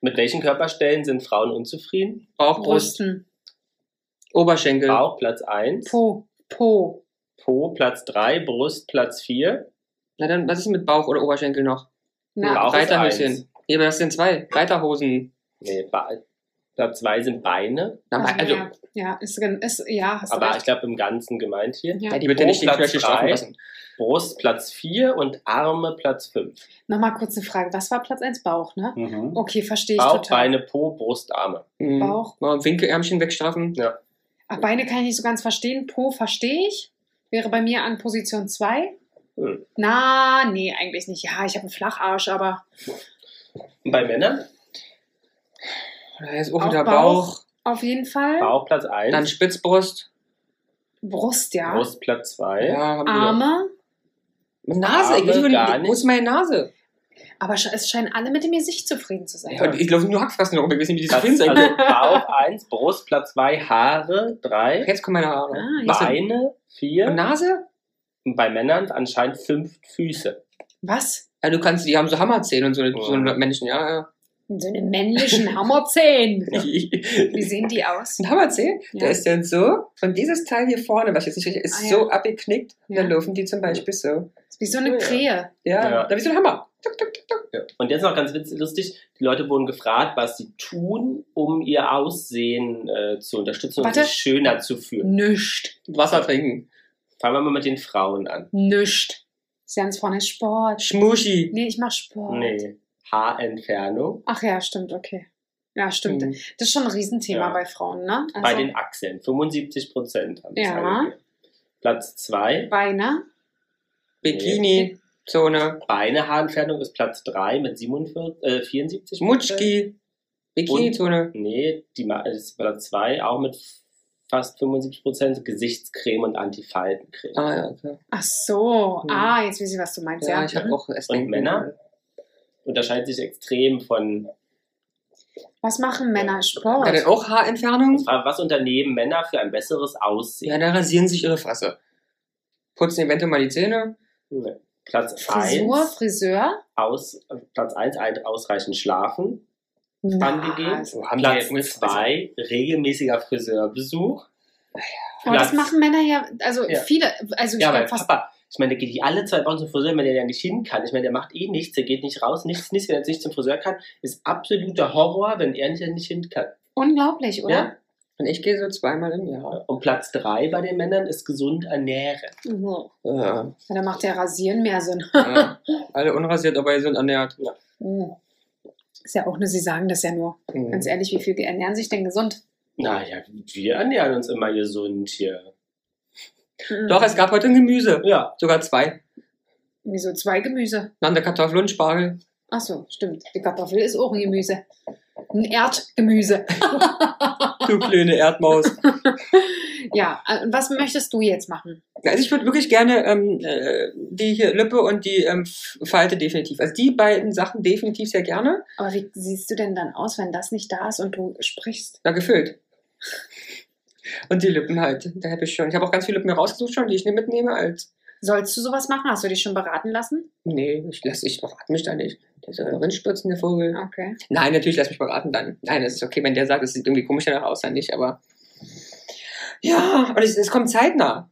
D: Mit welchen Körperstellen sind Frauen unzufrieden?
B: Bauch, Brust,
A: Brusten,
B: Oberschenkel.
D: Bauch Platz 1,
A: Po, Po.
D: Po Platz 3, Brust Platz 4.
B: Na dann, was ist mit Bauch oder Oberschenkel noch?
A: Na,
D: Bauch. ist eins.
B: Reiterhöschen. Ja, aber das sind zwei. Reiterhosen.
D: Nee, ba Platz 2 sind Beine,
B: Na,
A: also,
B: also,
A: ja, ja, ist, gen- ist, ja, hast du
D: aber ich
A: recht.
D: glaube im Ganzen gemeint hier.
A: Ja.
B: ja, die bitte nicht die
D: Platz
B: Knöchel straffen
D: drei.
B: lassen.
D: Brust Platz 4 und Arme Platz 5.
A: Nochmal kurz eine Frage. Was war Platz 1? Bauch, ne? Okay, verstehe ich
D: Bauch,
A: total.
D: Beine, Po, Brust, Arme.
B: Mhm.
A: Bauch.
B: Mal Winkelärmchen wegstraffen.
A: Ah, Beine kann ich nicht so ganz verstehen. Po verstehe ich. Wäre bei mir an Position 2.
D: Hm.
A: Na, nee, eigentlich nicht. Ja, ich habe einen Flacharsch, aber
D: Und bei Männern?
B: Da ist auch
A: Auch
B: wieder
A: Bauch.
B: Bauch.
A: auf jeden Fall.
D: Bauch Platz
B: Dann
D: 1,
B: Spitzbrust.
A: Brust, ja.
D: Brust Platz 2.
B: Ja, haben wir.
A: Arme.
B: Ah, Nase. Ich
D: Arme, gar
B: weiß,
D: nicht.
B: wo ist meine Nase?
A: Aber sch- es scheinen alle mit dem Gesicht zufrieden zu sein.
B: Ja, und ich glaube, nur Hackfressen rum. Ich weiß nicht, wie die
D: Platz,
B: zufrieden sein
D: also
B: können.
D: Bauch 1, Brust Platz 2, Haare 3,
B: Jetzt kommen meine Haare.
A: Ah, ja.
D: Beine
B: Und
A: Genau.
D: 4
B: Nase?
D: und bei Männern anscheinend 5 Füße.
A: Was?
B: Ja, du kannst, die haben so Hammerzähne und so,
D: Oh.
B: so eine Menschen, ja, ja.
A: So eine männlichen Hammerzähne.
B: ja.
A: Wie sehen die aus?
B: Ein Hammerzeh,
A: Ja.
B: der ist dann so, und dieses Teil hier vorne, was jetzt nicht richtig ist,
A: Ah, ja.
B: so abgeknickt, und dann
A: Ja.
B: laufen die zum Beispiel so.
A: Ist Wie so eine
D: Ja.
A: Krähe.
B: Ja,
D: Ja.
B: da bist du ein Hammer. Tuk, tuk, tuk, tuk.
D: Und jetzt noch ganz witzig, lustig, die Leute wurden gefragt, was sie tun, um ihr Aussehen äh, zu unterstützen und
A: Warte.
D: sich schöner zu fühlen.
A: Nüscht.
B: Wasser trinken.
D: Fangen wir mal mit den Frauen an.
A: Nüscht. Ist ganz vorne Sport.
B: Schmuschi.
A: Nee, ich mach Sport.
D: Nee. Haarentfernung
A: Ach ja, stimmt, okay. Ja, stimmt.
B: Mhm.
A: Das ist schon ein Riesenthema
D: Hm. Ja.
A: bei Frauen, ne? Also
D: bei den Achseln, 75 Prozent.
A: Ja.
D: Platz 2,
A: Beine.
B: Bikini-Zone.
D: Beine Haarentfernung ist Platz 3 mit 47, äh, 74
B: Mutschki. Bikini-Zone.
D: Nee, die Ma- das ist Platz 2 auch mit fast 75 Prozent Gesichtscreme und Antifaltencreme.
B: Ah, ja, okay.
A: Ach so.
B: Mhm.
A: Ah, jetzt weiß ich, was du meinst.
B: ja,
A: Ja, Mhm.
B: ich habe auch Essen.
D: Und Männer? Unterscheidet sich extrem von.
A: Was machen Männer? Sport.
B: Hat dann auch Haarentfernung?
D: Was unternehmen Männer für ein besseres Aussehen?
B: Ja, dann rasieren sich ihre Fresse. Putzen eventuell mal die Zähne.
D: Nee. Hm, Platz
A: Frisur,
D: 1,
A: Friseur.
D: aus, Platz eins ein- ausreichend schlafen.
A: Ah,
D: Angegeben.
A: Was?
B: So, haben
D: Platz
B: die-
D: 2, regelmäßiger Friseurbesuch.
A: Aber Oh, das
D: Platz-
A: machen Männer ja, also
D: Ja.
A: viele, also ich
D: Ja,
A: glaub
D: mein
A: fast
D: Papa. Ich meine, der geht nicht alle zwei Wochen zum Friseur, wenn der ja nicht hin kann. Ich meine, der macht eh nichts, der geht nicht raus, nichts, nichts, wenn er jetzt nicht zum Friseur kann. Ist absoluter Horror, wenn er nicht, nicht hin kann.
A: unglaublich, oder?
B: Und ich gehe so zweimal im Jahr.
D: Und Platz 3 bei den Männern ist gesund ernähren.
A: Mhm.
B: Ja.
A: Ja, dann macht der Rasieren mehr Sinn.
B: Ja. Alle unrasiert, aber sind ernährt.
A: Mhm. Ist ja auch nur, sie sagen das ja nur.
B: Mhm.
A: Ganz ehrlich, wie viel ernähren sich denn gesund?
D: Naja, wir ernähren uns immer gesund hier.
A: Mhm.
B: Doch, es gab heute ein Gemüse.
D: Ja.
B: Sogar zwei.
A: Wieso zwei Gemüse?
B: Dann der Kartoffel und Spargel.
A: Ach so, stimmt. Die Kartoffel ist auch ein Gemüse. Ein Erdgemüse.
B: Du kleine Erdmaus.
A: Ja, äh, und was möchtest du jetzt machen?
B: Also ich würde wirklich gerne ähm, äh, die hier Lippe und die ähm, F- Falte definitiv. Also die beiden Sachen definitiv sehr gerne.
A: Aber wie siehst du denn dann aus, wenn das nicht da ist und du sprichst?
B: Na, gefüllt. Und die Lippen halt. Da habe ich schon. Ich habe auch ganz viele Lippen mir rausgesucht schon, die ich nicht mitnehme als.
A: Sollst du sowas machen? Hast du dich schon beraten lassen?
B: Nee, ich lasse ich berate mich da nicht. Der soll rinstürzen, der Vogel.
A: Okay.
B: Nein, natürlich lass mich beraten dann. Nein, das ist okay, wenn der sagt, es sieht irgendwie komisch danach aus, dann nicht, aber. Ja, und es, es kommt zeitnah.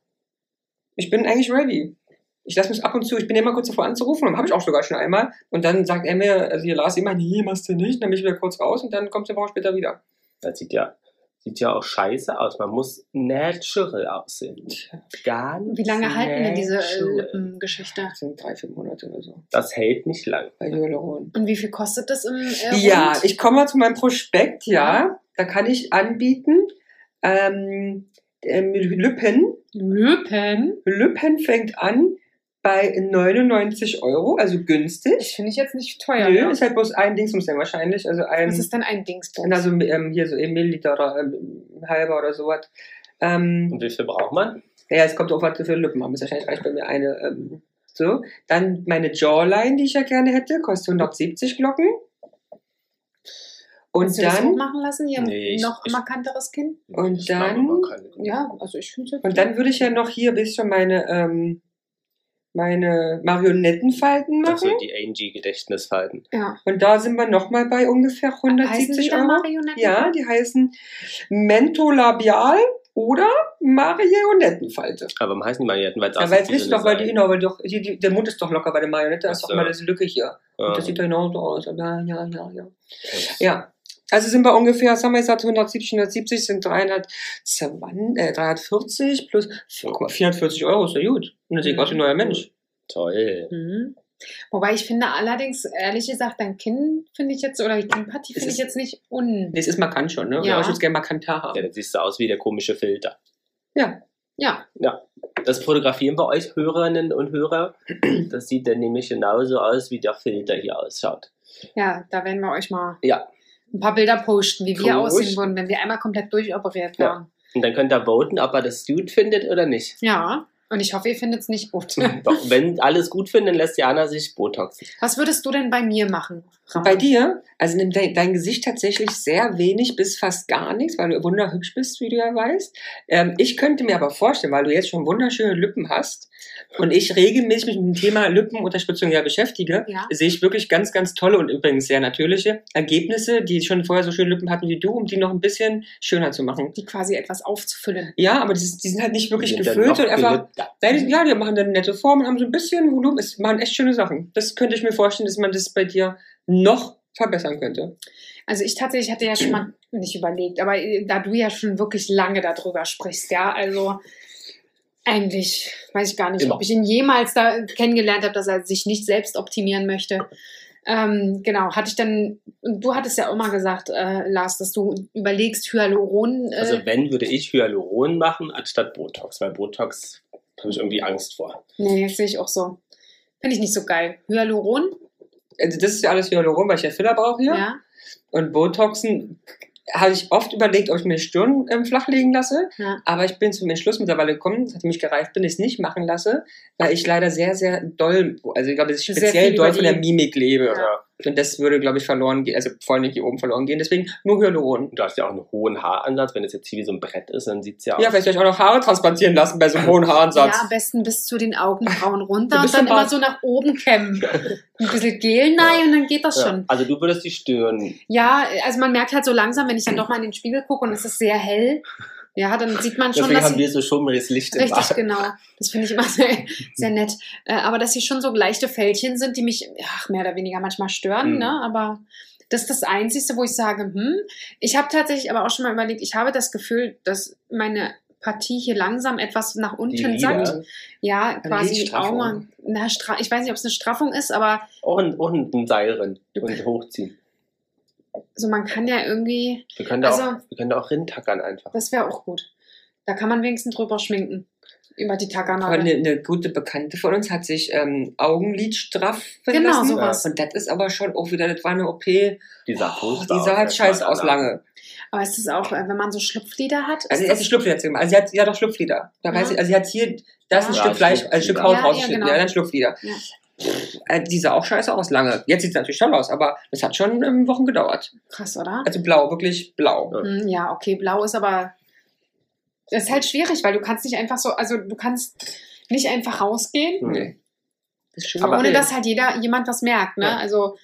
B: Ich bin eigentlich ready. Ich lasse mich ab und zu, ich bin immer kurz davor anzurufen, dann habe ich auch sogar schon einmal. Und dann sagt er mir, also hier las immer, nee, machst du nicht, dann bin ich wieder kurz raus und dann kommt eine Woche später wieder.
D: Das sieht ja, sieht ja auch scheiße aus. Man muss natural aussehen. Ganz
A: Wie lange halten denn diese äh,
D: natural.
A: Lippengeschichte?
B: Das sind drei, vier Monate oder so.
D: Das hält nicht lang.
B: Bei Hyaluron.
A: Und wie viel kostet das im äh,
B: Ja,
A: Rund?
B: ich komme mal zu meinem Prospekt, ja. Da kann ich anbieten, ähm, ähm, Lippen.
A: Lippen?
B: Lüppen fängt an bei 99 Euro, also
A: Das
B: günstig.
A: finde ich jetzt nicht teuer.
B: Nö,
A: ne?
B: ist halt bloß ein Dings sein wahrscheinlich. Also ein,
A: Was ist denn ein Dingsbums?
B: also ähm, hier so ein Milliliter oder ähm, ein halber oder sowas. Ähm,
D: Und wie viel braucht man?
B: ja, es kommt auch was für Lüppen an. Ist wahrscheinlich reicht bei mir eine ähm, So, dann meine Jawline, die ich ja gerne hätte, kostet 170 Glocken. Und
A: Kannst du das
B: dann,
A: gut machen lassen? Hier
D: Nee, ich-
A: noch
D: ich-
A: markanteres Kinn?
B: Und
D: Ich glaube,
B: dann-
D: man kann-
A: Ja, also ich finde
B: und dann würde ich ja noch hier ein bisschen meine, ähm, meine Marionettenfalten
D: Das
B: machen.
D: sind die Angie-Gedächtnisfalten.
A: Ja.
B: Und da sind wir nochmal bei ungefähr
A: Heißen die
B: 170
A: dann
B: Euro.
A: Marionetten?
B: Ja, die heißen Mentolabial oder Marionettenfalte.
D: Aber warum heißen die Marionetten? Weil's
B: Ja,
D: aussieht
B: weil es
D: wie so
B: ist
D: eine
B: doch, weil die,
D: Seil.
B: genau, weil doch, die, die, der Mund ist doch locker bei der Marionette, da
D: Ach
B: ist doch
D: so.
B: immer diese Lücke hier.
D: Ah.
B: Und das sieht doch genauso aus. Und Ja, ja, ja, ja. Ja. Also sind wir ungefähr, was haben wir gesagt, 170, 170 sind 320, äh, 340 plus guck mal, 440 Euro, ist ja gut. Und das sieht aus wie ein neuer Mensch.
D: Toll.
A: Mhm. Wobei ich finde allerdings, ehrlich gesagt, dein Kinn finde ich jetzt, oder die Kinnpartie
B: Es
A: finde ich
B: ist-
A: jetzt nicht un...
B: Das ist markant schon, ne?
A: Ja.
B: Ja. Ich würde gerne markanter
D: Ja,
B: haben.
D: dann siehst du aus wie der komische Filter.
A: Ja,
D: Das fotografieren wir euch, Hörerinnen und Hörer. Das sieht dann nämlich genauso aus, wie der Filter hier ausschaut.
A: ja, da werden wir euch mal
D: Ja.
A: ein paar Bilder posten, wie wir
D: Posten.
A: aussehen würden, wenn wir einmal komplett durchoperiert
D: Ja.
A: wären.
D: Und dann könnt ihr voten, ob ihr das gut findet oder nicht.
A: Ja. Und ich hoffe, ihr findet es nicht gut.
D: Doch,
B: Hm.
D: wenn alles gut findet, dann lässt Jana sich Botoxen.
A: Was würdest du denn bei mir machen? Ramon?
B: Bei dir, also nimmt dein, dein Gesicht tatsächlich sehr wenig bis fast gar nichts, weil du wunderhübsch bist, wie du ja weißt. Ähm, ich könnte mir aber vorstellen, weil du jetzt schon wunderschöne Lippen hast und ich regelmäßig mich mit dem Thema Lippenunterspitzung ja beschäftige,
A: Ja.
B: sehe ich wirklich ganz, ganz tolle und übrigens sehr natürliche Ergebnisse, die schon vorher so schöne Lippen hatten wie du, um die noch ein bisschen schöner zu machen.
A: Die quasi etwas aufzufüllen.
B: Ja, aber die, die sind halt nicht wirklich
D: Die sind dann
B: gefüllt
D: noch
B: und einfach.
D: gelippter.
B: Nein, die- Ja, die machen dann eine nette Form und haben so ein bisschen Volumen, es machen echt schöne Sachen. Das könnte ich mir vorstellen, dass man das bei dir noch verbessern könnte.
A: Also ich tatsächlich hatte ja schon mal nicht überlegt, aber äh, da du ja schon wirklich lange darüber sprichst, ja, also eigentlich weiß ich gar nicht,
D: Immer.
A: ob ich ihn jemals da kennengelernt habe, dass er sich nicht selbst optimieren möchte. Ähm, genau, hatte ich dann, und du hattest ja immer gesagt, äh, Lars, dass du überlegst, Hyaluron. Äh,
D: Also wenn, würde ich Hyaluron machen, anstatt Botox. Weil Botox habe ich irgendwie Angst vor.
A: nee, das sehe ich auch so. Finde ich nicht so geil. Hyaluron,
B: Also das ist ja alles Hyaluron, weil ich ja Filler brauche hier.
A: ja.
B: Und Botoxen habe ich oft überlegt, ob ich mir die Stirn ähm, flachlegen lasse.
A: Ja.
B: Aber ich bin zum Entschluss mittlerweile gekommen, seitdem ich gereift bin, dass ich es nicht machen lasse, weil ich leider sehr, sehr doll, also ich glaube, dass ich
A: Sehr
B: speziell
A: viel
B: doll
A: über
B: von
A: die-
B: der Mimik lebe.
A: Ja.
B: Und das würde, glaube ich, verloren gehen, also vor allem hier oben verloren gehen. Deswegen nur Hyaluron.
D: Und du hast ja auch einen hohen Haaransatz. Wenn es jetzt hier wie so ein Brett ist, dann sieht es ja aus.
B: Ja, vielleicht soll ich auch noch Haare transplantieren lassen bei so einem hohen Haaransatz.
A: Ja, am besten bis zu den Augenbrauen runter
B: Du
A: und
B: bist
A: dann
B: im
A: immer
B: Bad.
A: so nach oben kämmen. Ein bisschen Gel nein
D: Ja.
A: und dann geht das
D: Ja.
A: schon.
D: Also du würdest die Stirn.
A: Ja, also man merkt halt so langsam, wenn ich dann doch mal in den Spiegel gucke und es ist sehr hell, ja, dann sieht man schon,
D: Deswegen
A: dass
D: haben
A: sie.
D: wir so schummriges Licht im
A: Richtig,
D: Bad.
A: genau. Das finde ich immer sehr, sehr nett. Äh, aber dass sie schon so leichte Fältchen sind, die mich ach, mehr oder weniger manchmal stören,
D: Mhm.
A: ne? Aber das ist das Einzige, wo ich sage, hm, ich habe tatsächlich aber auch schon mal überlegt, ich habe das Gefühl, dass meine Partie hier langsam etwas nach
D: Die
A: unten
D: Lider.
A: sackt. Ja, quasi die
D: Lidstraffung.
A: Augen. Na, Stra ich weiß nicht, ob es eine Straffung ist, aber
D: Auch ein, auch ein ein Seil drin und hochziehen.
A: so man kann ja irgendwie,
D: Wir können da
A: Also-
D: auch, wir können da auch rintackern einfach.
A: das wäre auch gut. Da kann man wenigstens drüber schminken. Über die
B: Aber Eine,
A: Takanade.
B: eine gute Bekannte von uns hat sich ähm, Augenlid straff
A: Genau,
B: lassen.
A: sowas.
B: Und das ist aber schon auch wieder, das war eine OP.
D: Die sah,
B: oh,
D: furchtbar
B: die sah
D: aus,
B: halt
D: als man
B: scheiße aus
D: danach-
B: lange.
A: Aber es ist auch, äh, wenn man so Schlupflider hat.
B: Also
A: ist
B: sie hat
A: das-
B: die Schlupflieder jetzt gemacht. Also sie hat, sie hat doch Schlupflider. Da
A: Ja.
B: weiß ich, also sie hat hier, da ist ein
A: Ja,
B: Stück Fleisch, also ein Stück Haut
A: Ja, ja,
B: rausgeschnitten. Ja,
A: genau.
B: dann Schlupflider.
A: Ja.
B: Äh, Die sah auch scheiße aus lange. Jetzt sieht es natürlich toll aus, aber das hat schon ähm, Wochen gedauert.
A: krass, oder?
B: Also blau, wirklich blau.
A: Hm, ja, okay, blau ist aber. Das ist halt schwierig, weil du kannst nicht einfach so, also du kannst nicht einfach rausgehen,
D: Hm.
B: Nee. Das ist schon
D: Aber-
B: okay.
A: ohne dass halt jeder jemand was merkt. Ne?
B: Ja.
A: Also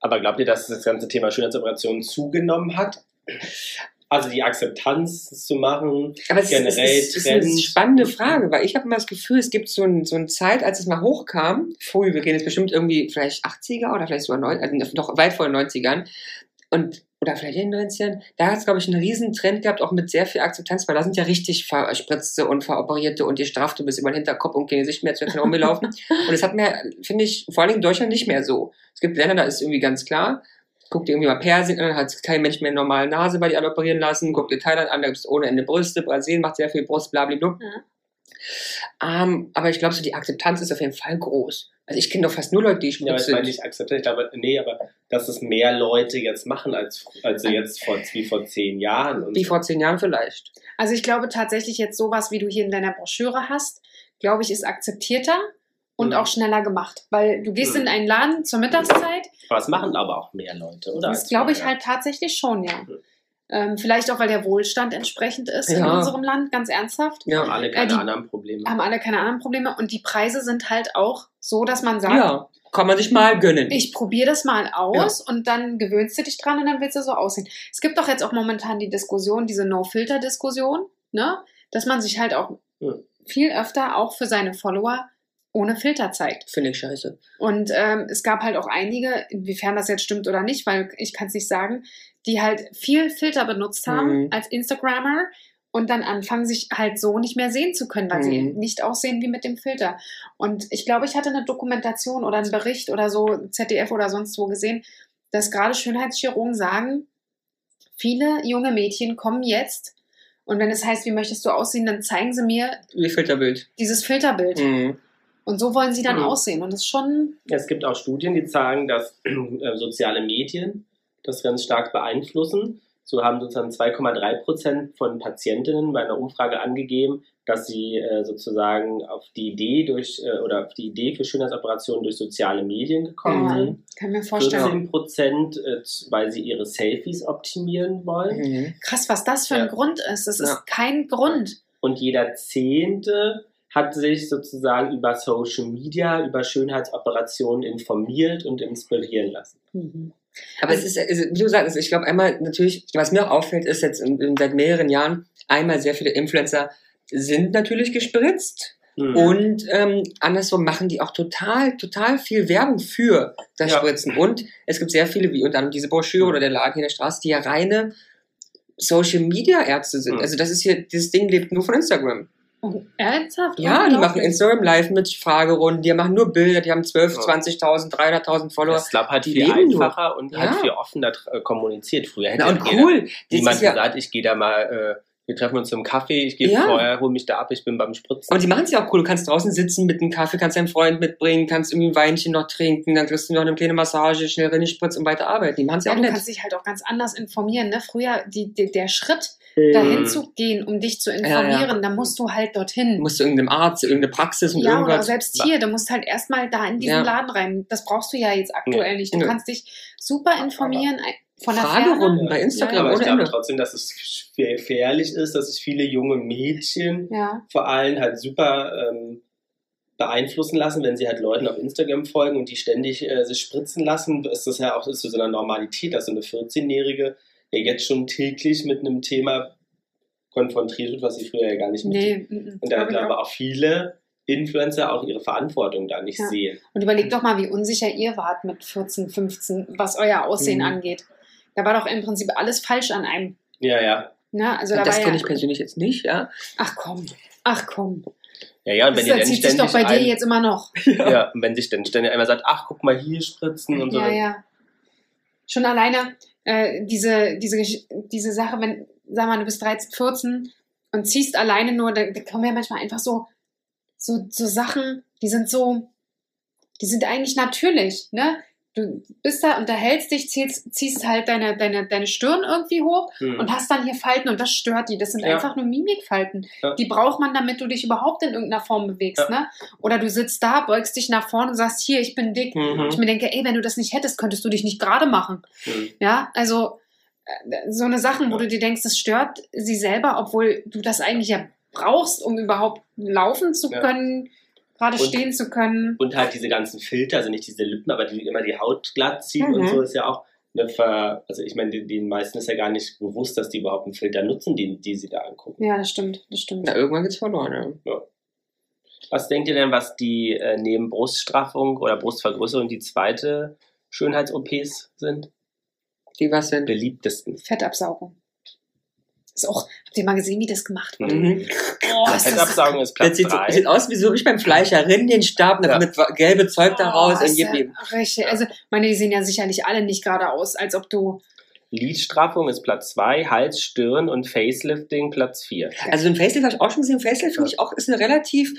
D: Aber glaubt ihr, dass das ganze Thema Schönheitsoperationen zugenommen hat? Also die Akzeptanz das zu machen.
B: Aber es ist, es
D: generell
B: ist, es ist eine
D: Trends.
B: spannende Frage, weil ich habe immer das Gefühl, es gibt so, ein, so eine Zeit, als es mal hochkam, früh, wir reden jetzt bestimmt irgendwie vielleicht 80er oder vielleicht sogar 90, also noch weit vor den 90ern und oder vielleicht in den 90ern, da hat es, glaube ich, einen riesen Trend gehabt, auch mit sehr viel Akzeptanz, weil da sind ja richtig Verspritzte und Veroperierte und die Strafte bis über den Hinterkopf und kein Gesicht mehr zu erkennen rumgelaufen. und das hat mir, finde ich, vor allem in Deutschland nicht mehr so. Es gibt Länder, da ist irgendwie ganz klar, guckt dir irgendwie mal Persien an, hat kein Mensch mehr eine normale Nase, weil die alle operieren lassen, guckt dir Thailand an, da gibt es ohne Ende Brüste, Brasilien macht sehr viel Brust, blablabla.
A: Ja.
B: Ähm, aber ich glaube, so die Akzeptanz ist auf jeden Fall groß. Also ich kenne doch fast nur Leute, die
D: Ja,
B: schwul
D: aber ich meine
B: sind.
D: nicht Akzeptanz, ich glaube, nee, aber dass es mehr Leute jetzt machen als also jetzt vor, wie vor zehn Jahren. Und
B: Wie vor zehn Jahren vielleicht.
A: Also ich glaube tatsächlich jetzt sowas, wie du hier in deiner Broschüre hast, glaube ich, ist akzeptierter. und
D: Mhm.
A: auch schneller gemacht. Weil du gehst
D: Mhm.
A: in einen Laden zur Mittagszeit,
D: Aber das machen aber auch mehr Leute, oder? Also
A: das glaube ich halt tatsächlich schon, ja.
D: Mhm.
A: Ähm, vielleicht auch, weil der Wohlstand entsprechend ist in
B: Ja.
A: unserem Land, ganz ernsthaft.
D: Haben
B: Ja.
D: alle keine
A: die-
D: anderen Probleme.
A: Haben alle keine anderen Probleme und die Preise sind halt auch so, dass man sagt,
B: ja, kann man sich mal gönnen.
A: ich probiere das mal aus und dann gewöhnst du dich dran und dann willst du so aussehen. Es gibt doch jetzt auch momentan die Diskussion, diese No-Filter-Diskussion, ne? dass man sich halt auch
D: Ja.
A: viel öfter auch für seine Follower ohne Filter zeigt.
B: Finde ich scheiße.
A: Und ähm, es gab halt auch einige, inwiefern das jetzt stimmt oder nicht, weil ich kann es nicht sagen, die halt viel Filter benutzt haben
B: Mhm.
A: als Instagrammer und dann anfangen, sich halt so nicht mehr sehen zu können, weil sie
B: Mhm.
A: nicht aussehen wie mit dem Filter. Und ich glaube, ich hatte eine Dokumentation oder einen Bericht oder so, ZDF oder sonst wo gesehen, dass gerade Schönheitschirurgen sagen, viele junge Mädchen kommen jetzt und wenn es heißt, wie möchtest du aussehen, dann zeigen sie mir
B: Ihr Filterbild.
A: dieses Filterbild.
B: Mhm.
A: Und so wollen sie dann
D: Mhm.
A: aussehen. Und das ist schon
D: Es gibt auch Studien, die zeigen, dass äh, soziale Medien das ganz stark beeinflussen. So haben sozusagen 2,3 Prozent von Patientinnen bei einer Umfrage angegeben, dass sie äh, sozusagen auf die Idee durch äh, oder auf die Idee für Schönheitsoperationen durch soziale Medien gekommen
A: Ja.
D: sind.
A: Kann ich mir vorstellen.
D: 14 Prozent, äh, z- weil sie ihre Selfies optimieren wollen.
B: Mhm.
A: Krass, was das für ein
D: Ja.
A: Grund ist. Das
B: Ja.
A: ist kein Grund.
D: Und jeder Zehnte hat sich sozusagen über Social Media, über Schönheitsoperationen informiert und inspirieren lassen.
B: Mhm. Aber
D: Also
B: es ist, es ist- wie du sagst, ich glaube einmal natürlich, was mir auch auffällt, ist jetzt in, in, seit mehreren Jahren einmal sehr viele Influencer sind natürlich gespritzt
D: Hm.
B: und ähm, andersrum machen die auch total, total viel Werbung für das
D: Ja. Mhm.
B: Spritzen. Und es gibt sehr viele, wie unter anderem diese Broschüre oder der Laden hier in der Straße, die ja reine Social Media Ärzte sind.
D: Mhm.
B: Also das ist hier, dieses Ding lebt nur von Instagram.
A: Oh, ernsthaft?
D: Ah,
B: Ja, die machen
A: Unglaublich.
B: Instagram Live mit Fragerunden, die machen nur Bilder, die haben 12,
D: Ja.
B: 20.000, 300.000 Follower.
D: Das Slap hat
B: die
D: halt viel
B: leben nur.
D: einfacher und hat
B: Ja.
D: viel offener tr- äh, kommuniziert. Früher hätte
B: Na und
D: jeder,
B: cool. Das
D: niemand
B: ist ja,
D: gesagt, ich gehe da mal, äh, wir treffen uns zum Kaffee, ich gehe
B: Ja.
D: vorher, hole mich da ab, ich bin beim Spritzen.
B: Aber die machen es ja auch cool. Du kannst draußen sitzen mit einem Kaffee, kannst deinen Freund mitbringen, kannst irgendwie ein Weinchen noch trinken, dann kriegst du noch eine kleine Massage, schnell Rinnenspritz und weiter arbeiten. Die machen es ja,
A: Ja,
B: auch
A: du
B: nett.
A: kannst dich halt auch ganz anders informieren. Ne? Früher, die, die, der Schritt,
D: Mhm.
A: dahin zu gehen, um dich zu
B: ja.
A: informieren, da musst du halt
B: Du
A: dorthin.
B: musst zu irgendeinem Arzt, irgendeine Praxis und
A: Ja, oder
B: irgendwas.
A: selbst hier, du musst halt erstmal da in diesen
B: Ja.
A: Laden rein. Das brauchst du ja jetzt aktuell nicht. Du
B: Nö.
A: kannst dich super informieren ein- von der Ferne.
B: Fragerunden bei Instagram
A: Ja,
D: Aber ich
B: ohne
D: glaube
B: Ende.
D: trotzdem, dass es gefährlich ist, dass sich viele junge Mädchen
A: Ja,
D: vor allem halt super ähm, beeinflussen lassen, wenn sie halt Leuten auf Instagram folgen und die ständig äh, sich spritzen lassen, ist das ja auch ist zu so einer Normalität, dass so eine 14-Jährige ja jetzt schon täglich mit einem Thema konfrontiert wird, was sie früher ja gar nicht mit
A: nee. mhm.
D: Und da
A: Glaub ich auch.
D: glaube auch viele Influencer auch ihre Verantwortung da nicht
A: Ja.
D: sehen.
A: Und
B: Mhm.
A: überlegt doch mal, wie unsicher ihr wart mit 14, 15, was euer Aussehen
B: Mhm.
A: angeht. Da war doch im Prinzip alles falsch an einem.
D: Ja, ja.
A: Ne? Also da
B: Das
A: war ja,
B: kenne ich persönlich jetzt nicht, ja.
A: Ach komm, ach komm.
D: Ja, ja, und
A: Das
D: wenn ihr dann
A: erzieht sich doch
D: ständig
A: bei dir
D: ein,
A: jetzt immer noch.
D: ja, und wenn sich dann ständig einmal sagt, ach, guck mal hier spritzen und so.
A: Ja, ja. Schon alleine äh, diese, diese, Gesch- diese Sache, wenn, sag mal, du bist 13, 14 und ziehst alleine nur, da, da kommen ja manchmal einfach so, so, so Sachen, die sind so, die sind eigentlich natürlich, ne? Du bist da, unterhältst dich, ziehst, ziehst halt deine, deine, deine Stirn irgendwie hoch
D: Hm.
A: und hast dann hier Falten und das stört die. Das sind
D: Ja.
A: einfach nur Mimikfalten.
D: Ja.
A: Die braucht man, damit du dich überhaupt in irgendeiner Form bewegst.
D: Ja.
A: Ne? Oder du sitzt da, beugst dich nach vorne und sagst, hier, ich bin dick. Ich
D: Mhm.
A: mir denke, ey, wenn du das nicht hättest, könntest du dich nicht gerade machen.
D: Hm.
A: Ja, also äh, so eine Sachen, wo
D: Ja.
A: du dir denkst, das stört sie selber, obwohl du das eigentlich ja brauchst, um überhaupt laufen zu
D: Ja.
A: können, gerade
D: Und-
A: stehen zu können.
D: Und halt diese ganzen Filter, also nicht diese Lippen, aber die immer die Haut glatt ziehen
B: Mhm.
D: und so ist ja auch eine Ver also ich meine, den, den meisten ist ja gar nicht bewusst, dass die überhaupt einen Filter nutzen, die, die sie da angucken.
A: Ja, das stimmt, das stimmt.
B: Na, irgendwann geht's verloren, ja.
D: Was denkt ihr denn, was die äh, neben Bruststraffung oder Brustvergrößerung die zweite Schönheits-OPs sind?
B: Die was denn?
D: Beliebtesten.
A: Fettabsaugung. Ist auch, habt ihr mal gesehen, wie das gemacht wird?
B: Mhm.
A: Oh, ist das
D: Fettabsaugung ist
B: Das
D: Platz
B: sieht, so-
D: 3.
B: sieht aus wie so richtig beim Fleischer. Rinnen den Stab
D: Ja.
B: mit gelbe Zeug da raus
A: Oh,
B: und
A: ist
B: gib
A: ja
B: ihm.
A: Richtig. Also, meine, die sehen ja sicherlich alle nicht gerade aus, als ob du.
D: Lidstraffung ist Platz 2, Hals, Stirn und Facelifting Platz 4.
B: Also ein Facelift habe ich auch schon gesehen. Facelift finde ich auch ist eine relativ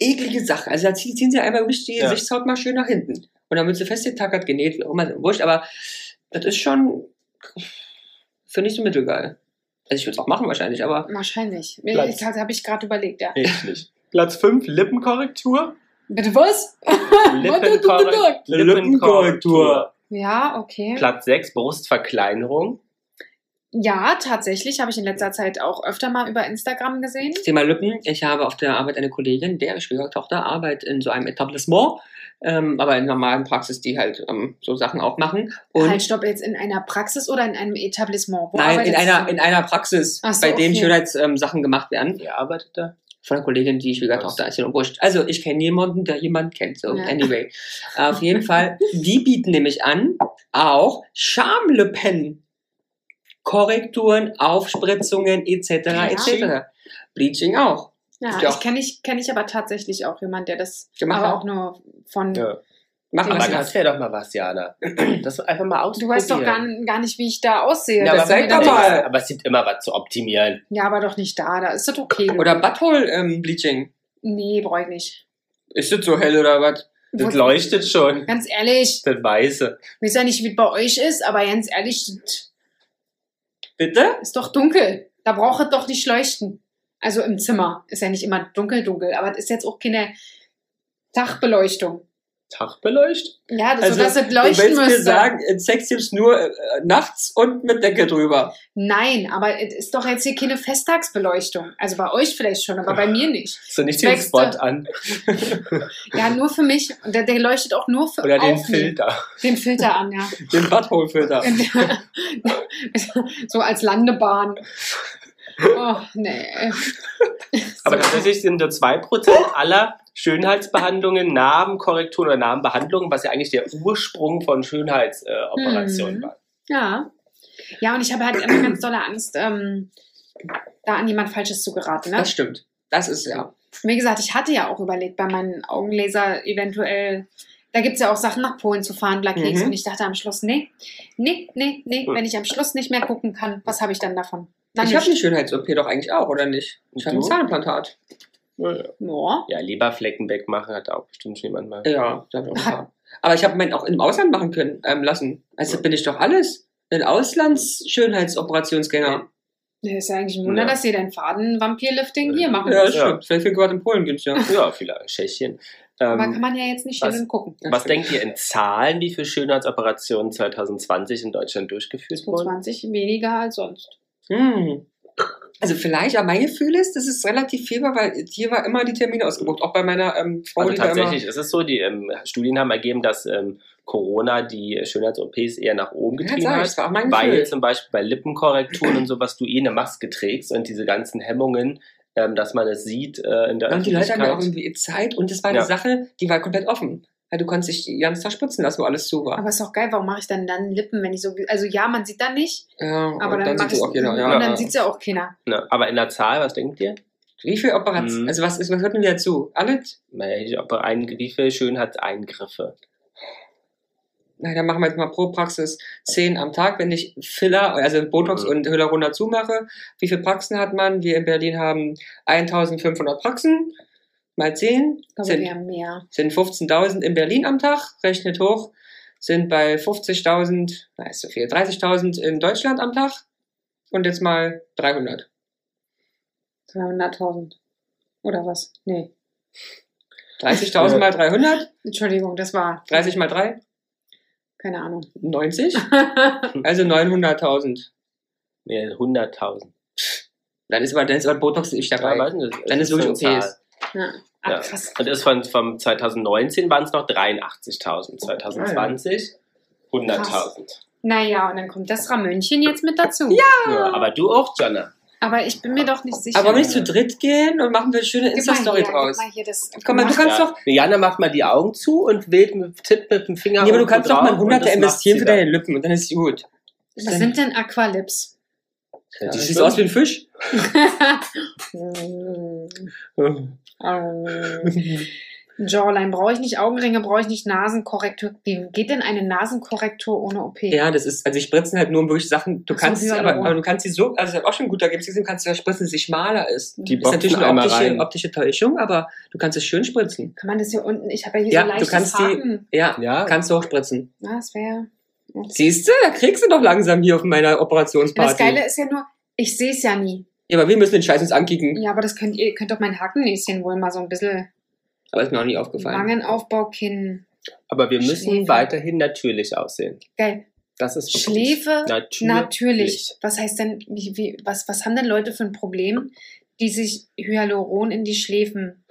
B: eklige Sache. Also da ziehen, ziehen sie einmal wirklich die
D: Ja.
B: Gesichtshaut mal schön nach hinten. Und damit sie festgetackert, genäht, wie auch immer, wurscht. Aber das ist schon, finde ich so mittelgeil. Also ich würde es auch machen wahrscheinlich, aber
A: Wahrscheinlich.
D: Platz.
A: Das habe ich gerade überlegt, ja.
D: Richtig. Platz 5, Lippenkorrektur.
A: Bitte was?
D: Lippenkorre- Lippenkorrektur.
A: Ja, okay.
D: Platz 6, Brustverkleinerung.
A: Ja, tatsächlich habe ich in letzter Zeit auch öfter mal über Instagram gesehen.
B: Thema Lippen. Ich habe auf der Arbeit eine Kollegin, deren Schwiegertochter arbeitet in so einem Etablissement, ähm, aber in normalen Praxis, die halt ähm, so Sachen auch machen. Und
A: halt, stopp, jetzt in einer Praxis oder in einem Etablissement? Wo
B: nein, in
A: arbeitest
B: einer,
A: du?
B: in einer Praxis,
A: Ach so,
B: bei denen
A: okay.
B: Schönheitssachen Sachen gemacht werden.
D: Wer arbeitet da?
B: Von der Kollegin, die Schwiegertochter ist ja nur wurscht. Also ich kenne jemanden, der jemanden kennt. So,
A: Ja.
B: anyway. Auf jeden Fall, die bieten nämlich an, auch Schamlippen. Korrekturen, Aufspritzungen etc. etc. Bleaching auch.
A: Ja,
B: Ja.
A: ich kenne ich, kenn ich aber tatsächlich auch jemand, der das
B: Gemacht
A: aber
B: hat.
A: auch nur von.
D: Ja.
B: Mach
A: Aber
B: mal
D: Aber
A: Was
D: das
B: was.
D: wäre doch mal was, Jana. Das einfach mal
A: Du
D: ausprobieren.
A: weißt doch gar, gar nicht, wie ich da aussehe.
B: Ja,
A: Das
B: aber
A: sind
B: sag
A: wieder
B: doch mal.
A: Dinge.
D: Aber es gibt immer was zu optimieren.
A: Ja, aber doch nicht da. Da ist das okay.
B: Oder Butthole-Bleaching.
A: Nee, brauche ich nicht.
B: Ist das so hell oder was?
A: Wo-
D: Das leuchtet schon.
A: Ganz ehrlich,
D: Das Weiße.
A: ich weiß ja nicht, wie es bei euch ist, aber ganz ehrlich, das
B: Bitte?
A: ist doch dunkel. Da braucht es doch nicht leuchten. Also im Zimmer ist ja nicht immer dunkel, dunkel, aber es ist jetzt auch keine Dachbeleuchtung.
D: Tagbeleuchtet?
A: Ja,
B: Also,
A: sodass es
B: du
A: leuchten
B: willst mir
A: müsste.
B: sagen, äh, Sextipps nur äh, nachts und mit Decke drüber.
A: Nein, aber es ist doch jetzt hier keine Festtagsbeleuchtung. Also bei euch vielleicht schon, aber bei mir nicht.
D: So nicht den
A: Wächst
D: Spot
A: da.
D: an.
A: Ja, nur für mich. Und der, der leuchtet auch nur für
D: Oder den
A: auf mich.
D: Filter.
A: Den Filter an, ja.
B: Den Butthole-Filter.
A: so als Landebahn. Oh, nee.
D: Aber tatsächlich sind nur 2% aller Schönheitsbehandlungen, Narbenkorrekturen oder Narbenbehandlungen, was ja eigentlich der Ursprung von Schönheitsoperationen
A: Mhm.
D: war.
A: Ja. Ja, und ich habe halt immer ganz dolle Angst, ähm, da an jemand Falsches zu geraten. Ne?
B: Das stimmt. Das ist ja.
A: Wie gesagt, ich hatte ja auch überlegt, bei meinen Augenlaser eventuell, da gibt es ja auch Sachen, nach Polen zu fahren, Black Kings.
B: Mhm.
A: Und ich dachte am Schluss, nee, nee, nee, nee,
D: Hm.
A: wenn ich am Schluss nicht mehr gucken kann, was habe ich dann davon? Dann
B: Ich habe eine Schönheits-OP doch eigentlich auch, oder nicht? Ich habe ein
D: Du?
B: Zahnimplantat.
A: Ja.
D: Ja, Leberflecken wegmachen hat auch bestimmt schon jemand mal.
B: Ja, da hab ich auch ein paar. Aber ich habe meinen auch im Ausland machen können ähm, lassen. Also bin ich doch alles. Ein Auslands-Schönheitsoperationsgänger.
A: Das ist ja eigentlich ein Wunder,
D: Ja.
A: dass ihr dein Faden-Vampir-Lifting hier machen
B: Ja,
A: müsst.
B: das stimmt. Vielleicht wird gerade in Polen günstiger.
D: Ja, vielleicht Tschechien.
A: Aber
D: Ähm,
A: kann man ja jetzt nicht
D: was-
A: hin gucken.
D: was denkt ihr in Zahlen, wie viele Schönheitsoperationen 2020 in Deutschland durchgeführt wurden?
A: 20 weniger als sonst.
B: Hm. Also vielleicht, aber mein Gefühl ist, dass es relativ viel war, weil hier war immer die Termine ausgebucht, auch bei meiner ähm, Frau,
D: Also
B: die da immer...
D: tatsächlich ist es so, die ähm, Studien haben ergeben, dass ähm, Corona die Schönheits-OPs eher nach oben
B: Ja,
D: getrieben
B: sag ich,
D: hat.
B: das war auch mein
D: Weil
B: Gefühl.
D: zum Beispiel bei Lippenkorrekturen und sowas du eh eine Maske trägst und diese ganzen Hemmungen, ähm, dass man es sieht äh, in der
B: Und die Leute hatten ja auch
D: Öffentlichkeit.
B: irgendwie Zeit und das war
D: Ja.
B: eine Sache, die war komplett offen. Weil du konntest dich den ganzen Tag spritzen lassen, wo alles zu war.
A: Aber ist doch geil, warum mache ich dann dann Lippen, wenn ich so. Also ja, man sieht dann nicht,
B: Ja, und
A: aber dann,
B: dann
A: mach
B: sieht es
A: ich-
B: auch jeder.
A: und dann
B: Ja.
A: sieht es ja auch keiner.
D: Ne, aber in der Zahl, was denkt ihr?
B: Wie viel Operationen?
D: Mhm.
B: Also was, ist, was hört man dazu? Alles?
D: Naja, ich- ob ein, wie viele Schönheitseingriffe?
B: Na, dann machen wir jetzt mal pro Praxis 10 am Tag, wenn ich Filler, also Botox
D: Mhm.
B: und Hyaluron dazu mache. Wie viele Praxen hat man? Wir in Berlin haben 1500 Praxen. Mal 10
A: Ich glaube,
B: sind
A: wir haben mehr.
B: sind 15.000 in Berlin am Tag, rechnet hoch, sind bei 50.000, na ist so viel, 30.000 in Deutschland am Tag und jetzt mal 300.
A: 200.000. Oder was? Nee.
B: 30.000 mal 300,
A: Entschuldigung, das war.
B: 30 mal 3,
A: Keine Ahnung.
B: 90, also 900.000.
D: Nee, 100.000.
B: Dann ist aber, dann ist aber Botox nicht
D: Ja,
B: dabei.
D: weiß nicht,
B: Dann ist wirklich
D: so eine
B: OPs.
D: Zahl.
A: ja. Ach,
D: Ja.
A: Ah, krass.
D: Und ist von, von 2019 waren es noch 83.000.
B: Oh,
D: 2020 100.000.
A: Naja, und dann kommt das Ramönchen jetzt mit dazu. Ja!
D: Ja, aber du auch, Jana.
A: Aber ich bin mir doch nicht sicher.
B: Aber wollen wir nicht zu dritt gehen und machen wir eine schöne
A: Gib mal
B: Insta-Story
A: hier,
B: draus.
A: Gib mal hier das.
B: Komm mal, du kannst
D: ja.
B: doch,
D: Nee, Jana macht mal die Augen zu und wählt mit, tippt mit dem Finger.
B: nee, aber du
D: unten
B: kannst doch
D: drauf
B: mal
D: und
B: Hunderte
D: das macht
B: investieren
D: sie
B: für
D: dann.
B: deine Lippen und dann ist gut.
A: Was sind denn Aqualips?
D: Ja,
B: Die
D: das
B: sieht aus wie ein Fisch.
A: Hm,
D: stimmt.
A: ähm, Jawline brauche ich nicht, Augenringe brauche ich nicht, Nasenkorrektur. Wie geht denn eine Nasenkorrektur ohne OP?
B: Ja, das ist, also die spritzen halt nur um wirklich Sachen, du
A: Ach so,
B: kannst,
A: Hyaluron.
B: aber, aber du kannst sie so, also das ist auch schon gut, da gibt es gesehen, kannst du ja spritzen, dass sie schmaler ist.
D: Die
B: ist
D: boxen
B: natürlich eine
D: einmal
B: optische,
D: rein.
B: optische Täuschung, aber du kannst es schön spritzen.
A: Kann man das hier unten? Ich habe ja hier
B: Ja,
A: so
B: du
A: leichtes
B: kannst die-
A: Haken.
B: Ja,
D: Ja.
B: kannst du auch spritzen.
A: Na, das wäre.
B: Siehst du, da kriegst du doch langsam hier auf meiner
A: Das
B: Operationsparty.
A: Geile ist ja nur, ich sehe es ja nie.
B: Ja, aber wir müssen den Scheiß uns ankicken.
A: Ja, aber das könnt ihr könnt doch mein Hakennäschen wohl mal so ein bisschen.
B: Aber ist mir auch nie aufgefallen.
A: Wangenaufbau, Kinn.
D: Aber wir müssen
A: Schläfe.
D: weiterhin natürlich aussehen.
A: Geil.
D: Das ist
A: Schläfe?
D: Natürlich.
A: Natürlich. Was heißt denn, wie, wie, was, was haben denn Leute für ein Problem, die sich Hyaluron in die Schläfen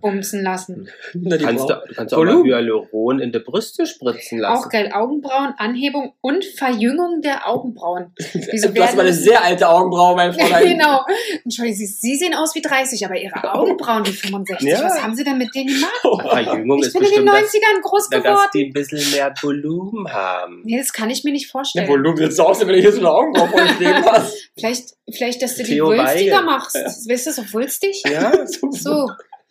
A: bumsen lassen?
B: Na, die
D: Kannst du
B: brauchen-
D: kannst du auch mal
B: Volumen.
D: Hyaluron in die Brüste spritzen
A: Auch
D: lassen.
A: geil, Augenbrauen, Anhebung und Verjüngung der Augenbrauen. Wieso
B: du hast aber eine sehr alte Augenbraue, mein Fräulein.
A: genau. Entschuldigung, Sie, Sie sehen aus wie 30, aber Ihre Augenbrauen wie 65.
D: Ja.
A: Was haben Sie denn mit denen gemacht?
B: Oh,
D: Verjüngung
A: Ich
D: ist
A: bin in den
D: bestimmt, dass,
A: 90ern groß
D: na, dass
A: geworden.
D: die ein bisschen mehr Volumen haben.
A: Nee, das kann ich mir nicht vorstellen.
B: Ja, wo du jetzt aus, wenn ich jetzt so eine Augenbraue vor dem Leben hast.
A: Vielleicht, vielleicht, dass du die
D: Theo
A: wulstiger
D: Weigel.
A: machst. Weißt du, so wulstig?
D: Ja?
A: So.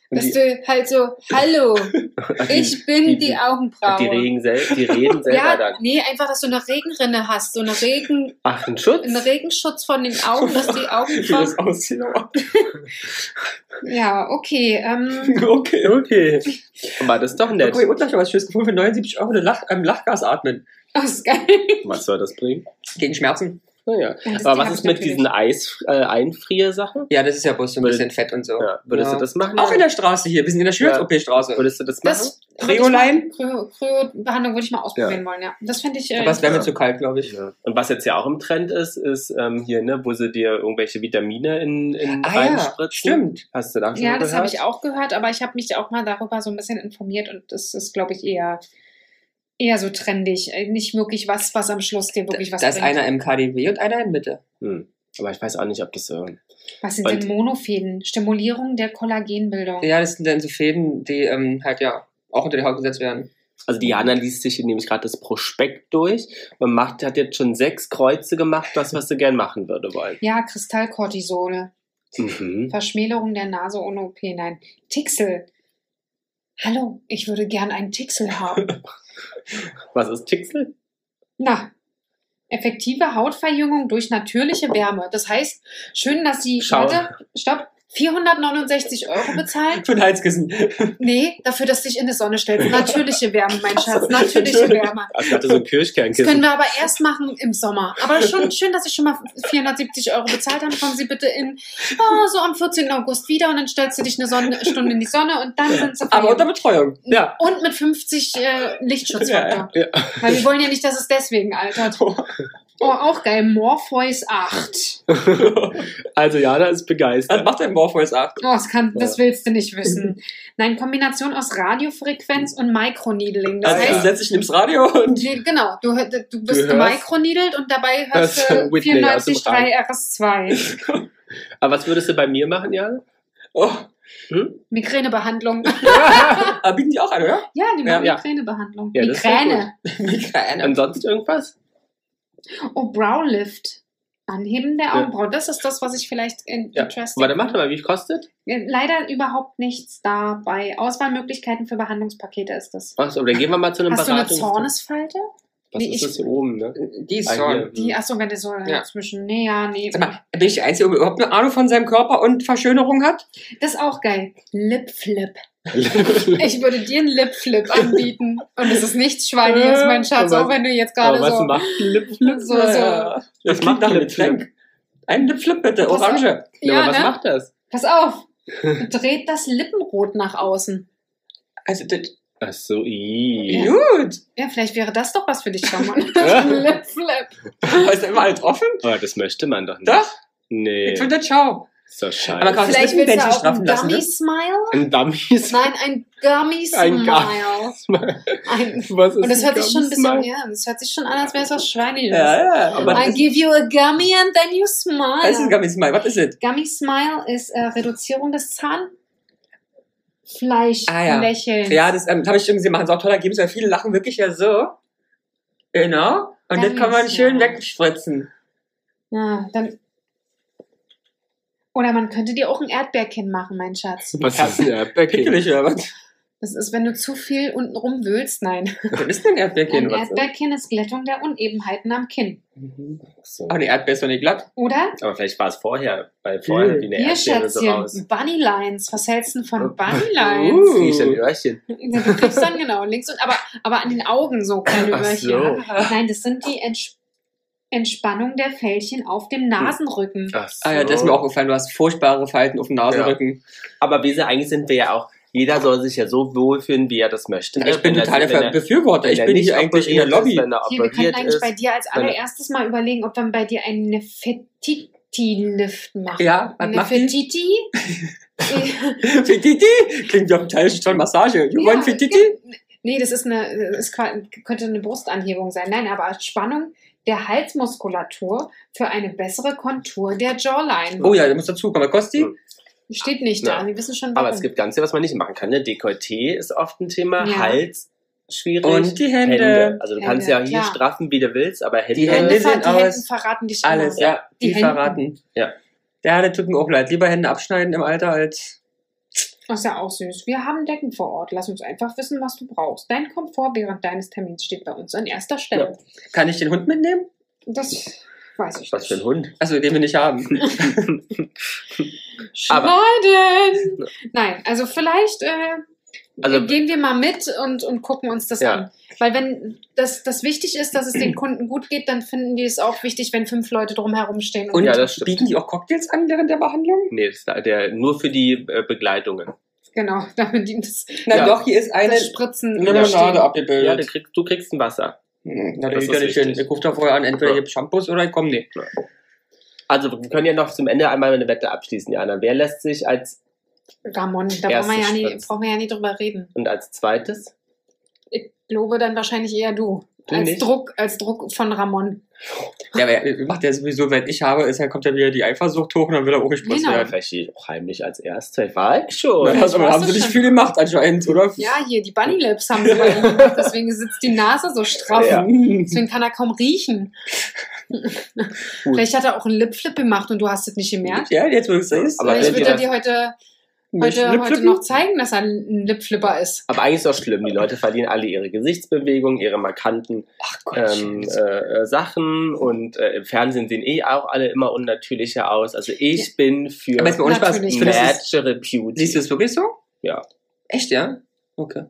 D: Und
A: Dass
D: die,
A: du halt so, hallo, ich bin
D: die-
A: die,
D: die-
A: Augenbraue.
D: die, regen sel die reden selber
A: ja,
D: dann.
A: nee, einfach, dass du eine Regenrinne hast, so eine Regen,
D: Ach, ein Schutz?
A: einen Regenschutz von den Augen, dass die Augen
B: Wie das
A: von,
B: aussieht. aber-
A: ja, okay, ähm,
B: Okay.
D: Okay. Aber das ist doch nett.
B: Okay, und noch was Schönes gefunden für 79 Euro eine Lach, ähm, Lachgas atmen.
A: oh, ist geil.
D: Was soll das bringen?
B: Gegen Schmerzen.
D: Naja.
A: Und das- die
D: Aber was
A: hab
D: ist
A: ich
D: mit
A: natürlich.
D: diesen Eis äh, Einfriersachen?
B: Ja, das ist ja bloß so ein
D: Würde-
B: bisschen fett und so.
D: Ja. Würdest
B: Ja.
D: du das
A: Genau.
D: machen?
B: Auch in der Straße hier. Wir sind in der Schmerz-OP-Straße.
D: Würdest du das machen?
A: Das
B: Creoline?
A: Kryo- Kryo-Behandlung würde ich mal ausprobieren wollen, ja. Das fände ich, äh,
B: Aber es wäre mir
D: Ja.
B: zu kalt, glaube ich.
D: Ja. Und was jetzt ja auch im Trend ist, ist ähm, hier, ne, wo sie dir irgendwelche Vitamine in, in
B: Ah
D: rein
B: ja,
D: spritzen.
B: stimmt.
D: Hast du da schon
A: ja,
D: mal
A: das
D: gehört?
A: habe ich auch gehört, aber ich habe mich auch mal darüber so ein bisschen informiert und das ist, glaube ich, eher, eher so trendig. Äh, Nicht wirklich was, was am Schluss dir wirklich was
B: Da ist
A: bringt.
B: einer im KDW und einer in Mitte.
D: Hm. Aber ich weiß auch nicht, ob das so.
A: was sind
D: und-
A: denn Monofäden? Stimulierung der Kollagenbildung.
B: Ja, das sind dann so Fäden, die ähm, halt ja auch unter die Haut gesetzt werden.
D: Also die Jana liest sich nämlich gerade das Prospekt durch und macht, hat jetzt schon sechs Kreuze gemacht, das, was sie gern machen würde wollen.
A: Ja, Kristallkortisone.
D: Mhm.
A: Verschmälerung der Nase ohne OP. Nein. Tixel. Hallo, ich würde gern einen Tixel haben.
D: Was ist Tixel?
A: Na. Effektive Hautverjüngung durch natürliche Wärme. Das heißt, schön, dass Sie.
D: Schau.
A: Warte, stopp. 469 Euro bezahlen?
B: Für ein Heizkissen.
A: Nee, dafür, dass du dich in die Sonne stellst. Natürliche Wärme, mein Schatz. Natürliche
B: natürlich.
A: Wärme.
D: Also ich hatte so ein
A: Das können
D: Kirschkernkissen.
A: wir aber erst machen im Sommer. Aber schon schön, dass ich schon mal 470 Euro bezahlt habe. Kommen Sie bitte in oh, so am 14. August wieder und dann stellst du dich eine Sonne, Stunde in die Sonne und dann sind sie
B: Aber unter
A: verjüngt.
B: Betreuung. Ja.
A: Und mit 50 äh, Lichtschutzfaktor.
B: Ja, ja.
A: Weil wir wollen ja nicht, dass es deswegen altert. Oh, auch geil. Morpheus 8.
D: Also Jana ist
B: Was
D: begeistert.
B: macht denn Morpheus 8?
A: Oh, das, kann, das willst du nicht wissen. Nein, Kombination aus Radiofrequenz und Microneedling. Das
B: Also
A: heißt,
B: ich setze dich ins Radio und
A: Nee, genau, du, hör- du bist
D: Du hörst-
A: micronedelt und dabei
D: Hörst
A: hörst du
D: Whitney also aus dem
A: 94,3 RS2.
D: Aber was würdest du bei mir machen, Jana?
B: oh,
A: Migränebehandlung.
B: da bieten die auch an, oder?
A: Ja, die
B: Ja,
A: machen
D: ja.
A: Migränebehandlung.
D: Ja, das ist ja
A: Migräne.
B: Migräne.
D: Und sonst irgendwas?
A: Oh, Browlift. Anheben der
D: Ja.
A: Augenbrauen. Das ist das, was ich vielleicht in
D: Ja.
A: interesting
D: Warte, mach doch mal, wie viel kostet?
A: finde. Leider überhaupt nichts dabei. Auswahlmöglichkeiten für Behandlungspakete ist das.
D: Achso, dann gehen wir mal zu einem
A: Hast du eine
D: Beratungs-
A: Zornesfalte?
D: Was
A: Nee,
D: ist
A: ich-
D: das hier oben, ne?
B: Die ist
D: Ah,
B: schon.
A: Die, achso, wenn der so
B: Ja.
A: zwischen. Nee, ja, nee.
B: Sag mal, bin ich der Einzige, der überhaupt eine Ahnung von seinem Körper und Verschönerung hat?
A: Das ist auch geil. Lipflip.
D: hier.
A: Ich würde dir einen Lipflip anbieten. Und es ist nichts Schweiniges, mein Schatz,
D: Aber-
A: auch wenn du jetzt gerade
D: Aber was
A: so.
D: macht ein Lipflip?
A: So, so.
B: Das
D: Was
B: klingt
D: macht
B: nach
D: ein
B: einem
D: Lipflip?
B: Flank. Ein Lipflip bitte,
A: Pass auf.
B: orange.
D: Ja,
A: Ja,
D: aber was
A: ne?
D: macht das?
A: Pass auf! Dreht das Lippenrot nach außen.
B: Also, das,
D: Ach so, i.
B: gut.
A: Ja, vielleicht wäre das doch was für dich, Schamann.
D: Ja.
A: Lipflip.
B: Aber ist da immer alles offen?
D: Aber Oh, das möchte man doch nicht.
B: Doch,
D: Nee,
B: ich finde das schau.
D: ist doch
B: Aber
D: scheiße.
B: kann-
A: Vielleicht willst du
B: Lippenbändchen
A: auch einen
B: straffen lassen, ne?
A: Gummy-Smile?
D: Ein Dummy ist
A: Nein, ein
D: Ein
A: Gummy-Smile.
D: mal.
A: Ein
D: Was ist
A: Und das
D: ein
A: hört sich schon ein bisschen,
D: Gummismile?
A: ja, das hört sich schon an, als wäre es was Schweiniges.
B: Ja, ja, aber
A: I
B: das,
A: give you a gummy and then you
B: das ist
A: smile.
B: gar nicht mal. Was ist es?
A: Gummy Smile ist äh, Reduzierung des Zahnfleischlächelns.
B: Ah, ja. Ja, das ähm, habe ich schon gesehen, machen sie auch toll ergeben, weil viele lachen wirklich ja so. Genau. Und das
A: Gummis,
B: kann man schön
A: ja.
B: wegspritzen.
A: Ja, dann. Oder man könnte dir auch ein Erdbeerkinn machen, mein Schatz.
D: Was ist ein Erdbeerkind?
B: Pickelig oder was?
A: Das ist, wenn du zu viel unten rumwühlst. Nein.
B: Was ist denn
A: Ein
B: Erdbeerkinn? Was?
A: Erdbeerkinn ist Glättung der Unebenheiten am Kinn.
D: Mhm. Ach so.
B: Ach, die Erdbeer ist doch nicht glatt.
A: Oder?
D: Aber vielleicht war es vorher, weil vorher
B: Hier,
D: wie
A: Hm.
D: eine
A: Hier,
D: Erdbeere so
A: Schätzchen,
D: raus.
A: Bunny Lines. Was hältst du denn
D: Oh.
A: von Bunny Lines?
B: Uh.
D: Riecht ein Öhrchen.
A: Du kriegst dann genau links und aber, aber an den Augen so kleine
D: Ach so.
A: Öhrchen. Nein, das sind die Ents Entspannung der Fältchen auf dem Nasenrücken.
D: Ach so.
B: Ah ja, das ist mir auch gefallen. Du hast furchtbare Falten auf dem Nasenrücken.
D: Aber wir sind, eigentlich sind wir ja auch Jeder soll sich ja so wohlfühlen, wie er das möchte. ne?
B: Ich bin
D: Wenn er-
B: totaler
D: wenn
B: Ver-
D: er-
B: Befürworter.
D: wenn
B: Ich
D: er
B: bin
D: nicht
B: hier eigentlich in der
D: operiert ist,
B: Lobby.
D: Wenn er
A: Hier, wir können
D: operiert
A: eigentlich
D: ist,
A: bei dir als allererstes mal überlegen, ob wir bei dir einen Nefertiti-Lift machen.
B: Ja, was macht die?
A: Nefertiti?
B: Fititi? Klingt wie auf dem Teilchen schon Massage. You
A: Ja,
B: want Fititi?
A: nee, das ist eine, es könnte eine Brustanhebung sein. Nein, aber als Spannung der Halsmuskulatur für eine bessere Kontur der Jawline.
B: Oh ja, da muss dazu kommen. Kosti?
A: Steht nicht
D: Ja.
A: da. Wir wissen schon, warum.
D: aber es gibt ganz viel, was man nicht machen kann. Ne? Dekolleté ist oft ein Thema,
A: Ja.
D: Hals schwierig.
B: Und die Hände.
D: Also du
A: Hände,
D: kannst ja hier
A: klar.
D: straffen, wie du willst, aber Hände.
B: Die
A: die Hände,
B: Hände sind
A: die Hände
B: aus.
A: verraten dich
B: Alles,
A: immer.
B: ja.
A: Die
B: Die,
A: Hände.
B: verraten.
D: Ja.
B: Ja, das tut mir auch leid. Lieber Hände abschneiden im Alter als.
A: Das ist ja auch süß. Wir haben Decken vor Ort. Lass uns einfach wissen, was du brauchst. Dein Komfort während deines Termins steht bei uns an erster Stelle.
B: Kann ich den Hund mitnehmen?
A: Das weiß ich
D: Was für ein
A: nicht.
D: Hund.
B: Also den wir nicht haben.
D: Aber-
A: Schneiden! Nein, also vielleicht äh,
D: Also-
A: gehen wir mal mit und, und gucken uns das
D: Ja.
A: an. Weil wenn das, das wichtig ist, dass es den Kunden gut geht, dann finden die es auch wichtig, wenn fünf Leute drumherum stehen.
B: Und
D: Ja, das stimmt.
B: bieten die auch Cocktails an während der Behandlung?
D: Nee, das ist der, nur für die äh, Begleitungen.
A: genau, damit die das,
B: Na
D: Ja.
B: doch, hier ist eine
A: das Spritzen
B: Limonade
A: stehen.
D: Ja, du
B: abgebildet.
D: kriegst, du kriegst ein Wasser.
B: Hm, Na,
D: Das
B: das ist
D: ist
B: ja nicht hin.
D: richtig.
B: Ich rufe da vorher an, entweder
D: Ja.
B: ihr habt Shampoos oder ich komme nicht.
D: Also wir können ja noch zum Ende einmal eine Wette abschließen, Jana. Wer lässt sich als
A: Ramon, da brauchen
D: Erste
A: wir, ja nie,
D: Spritzen.
A: brauchen wir ja nie drüber reden.
D: und als zweites?
A: Ich glaube dann wahrscheinlich eher du.
D: Du
A: als
D: nicht?
A: Druck, als Druck von Ramon.
B: Ja, aber er macht ja sowieso, wenn ich habe, ist, dann kommt ja wieder die Eifersucht hoch und dann will er auch gespritzt
A: Genau.
D: Ja,
B: werden.
D: vielleicht gehe ich auch heimlich als erste. War ich schon.
B: Na, Also,
A: Aber
B: haben
A: hast
B: sie
A: du
B: nicht
A: schon-
B: viel gemacht anscheinend, oder?
A: Ja, hier, die Bunny Lips haben sie bei ihm gemacht, deswegen sitzt die Nase so straff.
D: Ja.
A: Deswegen kann er kaum riechen. Vielleicht hat er auch einen Lipflip gemacht und du hast es nicht gemerkt.
B: Ja, jetzt wo du es sagst.
D: Aber
A: Vielleicht
D: wenn
A: wird
D: die
A: er
D: das-
A: dir heute,
B: Mit
A: heute, heute
B: Lipflippen?
A: noch zeigen, dass er ein Lipflipper ist.
D: Aber eigentlich ist das schlimm. Die Leute verlieren alle ihre Gesichtsbewegungen, ihre markanten
B: Ach Gott.
D: ähm, äh, äh, Sachen und äh, im Fernsehen sehen eh auch alle immer unnatürlicher aus. Also ich bin für
B: aber jetzt mal ohne Spaß.
A: Natürlich.
B: Ich finde, das ist,
D: Natural Beauty.
B: siehst du es wirklich so?
D: Ja.
B: Echt, ja? Okay.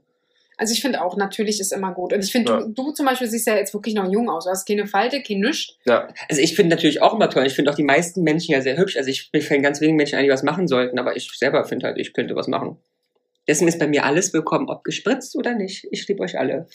A: Also ich finde auch, natürlich ist immer gut. Und ich finde,
D: Ja.
A: du, du zum Beispiel siehst ja jetzt wirklich noch jung aus. Du hast keine Falte, kein Nisch.
B: Also ich finde natürlich auch immer toll. Ich finde auch die meisten Menschen ja sehr hübsch. Also ich mir fällen ganz wenigen Menschen ein, die was machen sollten, aber ich selber finde halt, ich könnte was machen. Deswegen ist bei mir alles willkommen, ob gespritzt oder nicht. Ich liebe euch alle.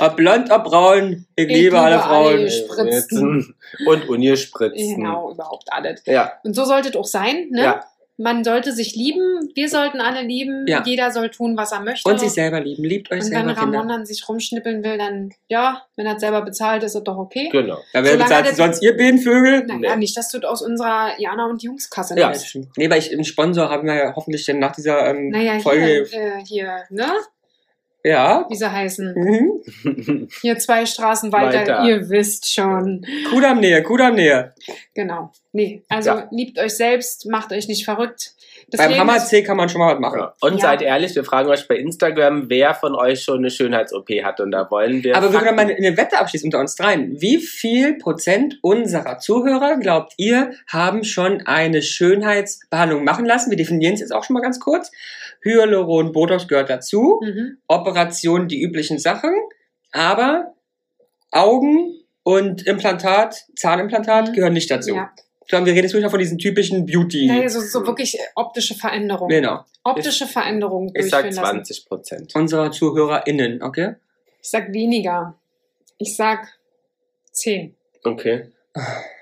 B: Ob blond, ob braun. Ich, liebe,
A: liebe
B: alle
A: alle.
B: Frauen.
D: Äh,
A: Spritzen.
D: Und Unierspritzen.
A: Genau, überhaupt alles.
D: Ja.
A: Und so sollte es auch sein, ne?
D: Ja.
A: Man sollte sich lieben, wir sollten alle lieben,
B: Ja.
A: jeder soll tun, was er möchte.
B: Und sich selber lieben. Liebt euch
A: Und wenn
B: selber,
A: Ramon
B: Kinder.
A: dann sich rumschnippeln will, dann ja, wenn er es selber bezahlt, ist es doch okay.
D: Genau.
B: Ja, wer
A: Solange
B: bezahlt
A: der-
B: sonst ihr Bienenvögel?
A: Naja, nicht, dass du aus unserer Jana und Jungskasse
D: Ja.
A: nimmst.
B: Nee, weil ich einen Sponsor haben wir ja hoffentlich dann nach dieser ähm,
A: Naja,
B: Folge.
A: hier, äh, hier, ne?
B: Ja.
A: Wie sie heißen.
B: Mhm.
A: Hier zwei Straßen weiter,
D: Weiter.
A: ihr wisst schon.
B: Kudam näher, Kudam näher.
A: Genau. Nee, also
D: Ja.
A: liebt euch selbst, macht euch nicht verrückt. Das
B: Beim
A: Leben
B: Hammer
A: ist-
B: C kann man schon mal was machen.
D: Ja. Und
A: Ja.
D: seid ehrlich, wir fragen euch bei Instagram, wer von euch schon eine Schönheits-OP hat. Und da wollen wir.
B: Aber wir können
D: Fakten-
B: mal eine- eine Wette abschließen unter uns dreien. Wie viel Prozent unserer Zuhörer, glaubt ihr, haben schon eine Schönheitsbehandlung machen lassen? Wir definieren es jetzt auch schon mal ganz kurz. Hyaluron, Botox gehört dazu.
A: Mhm.
B: Operationen, die üblichen Sachen. Aber Augen und Implantat, Zahnimplantat
A: Mhm.
B: gehören nicht
D: Also
B: dazu.
A: Ja.
B: Sondern wir reden jetzt wirklich noch von diesen typischen Beauty.
A: Naja, so, so wirklich äh, optische Veränderungen.
B: Genau.
A: Optische Veränderungen
D: Ich sag
A: durchführen lassen.
D: 20 Prozent.
B: Unserer ZuhörerInnen, okay?
A: Ich sag weniger. Ich sag 10.
D: Okay.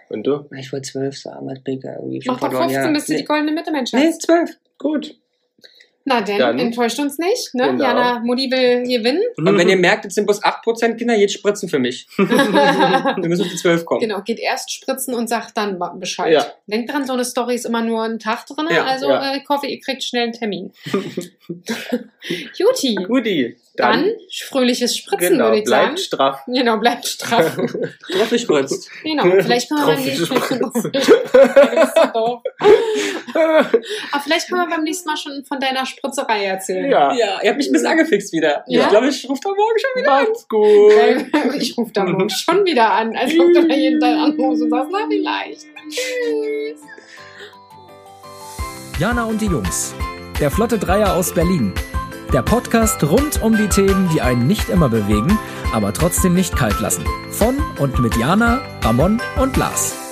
D: Und du?
B: Ich wollte zwölf sagen, was bin ich da irgendwie schon
A: Mach doch
B: verloren,
A: 15,
B: ja.
A: bist du die
B: Nee.
A: goldene Mitte, mein Schatz.
B: Nee, zwölf.
D: Gut.
A: Na denn,
D: Dann-
A: enttäuscht uns nicht. Ne?
D: Genau.
A: Jana Mutti will gewinnen.
B: Und wenn ihr merkt, jetzt sind bloß 8% Kinder, jetzt spritzen für mich. Wir müssen auf die 12 kommen.
A: genau, geht erst spritzen und sagt dann ma- Bescheid.
D: Ja.
A: Denkt dran, so eine Story ist immer nur ein Tag drin.
B: Ja,
A: also
D: ja.
A: Äh, ich hoffe, ihr kriegt schnell einen Termin. Juti,
D: Guti.
A: dann, fröhliches Spritzen,
D: genau,
A: würde ich
D: bleibt
A: sagen.
D: straff.
A: Genau, bleibt straff.
B: Drauf gespritzt.
A: Genau, vielleicht können wir beim
D: Drauf
A: nächsten Mal. Du bist so doof. Aber vielleicht können wir beim nächsten Mal schon von deiner Spritzerei erzählen.
D: ja.
B: Ja, ihr habt mich ein bisschen angefixt wieder.
A: Ja?
B: Ich glaube, ich rufe da morgen schon wieder an.
D: Macht's gut.
A: Weil- Äh, Ich rufe da morgen schon wieder an, als ob du da jeden Tag anrufst und sagst, na vielleicht. Tschüss.
C: Jana und die Jungs. Der Flotte Dreier aus Berlin. Der Podcast rund um die Themen, die einen nicht immer bewegen, aber trotzdem nicht kalt lassen. Von und mit Jana, Ramon und Lars.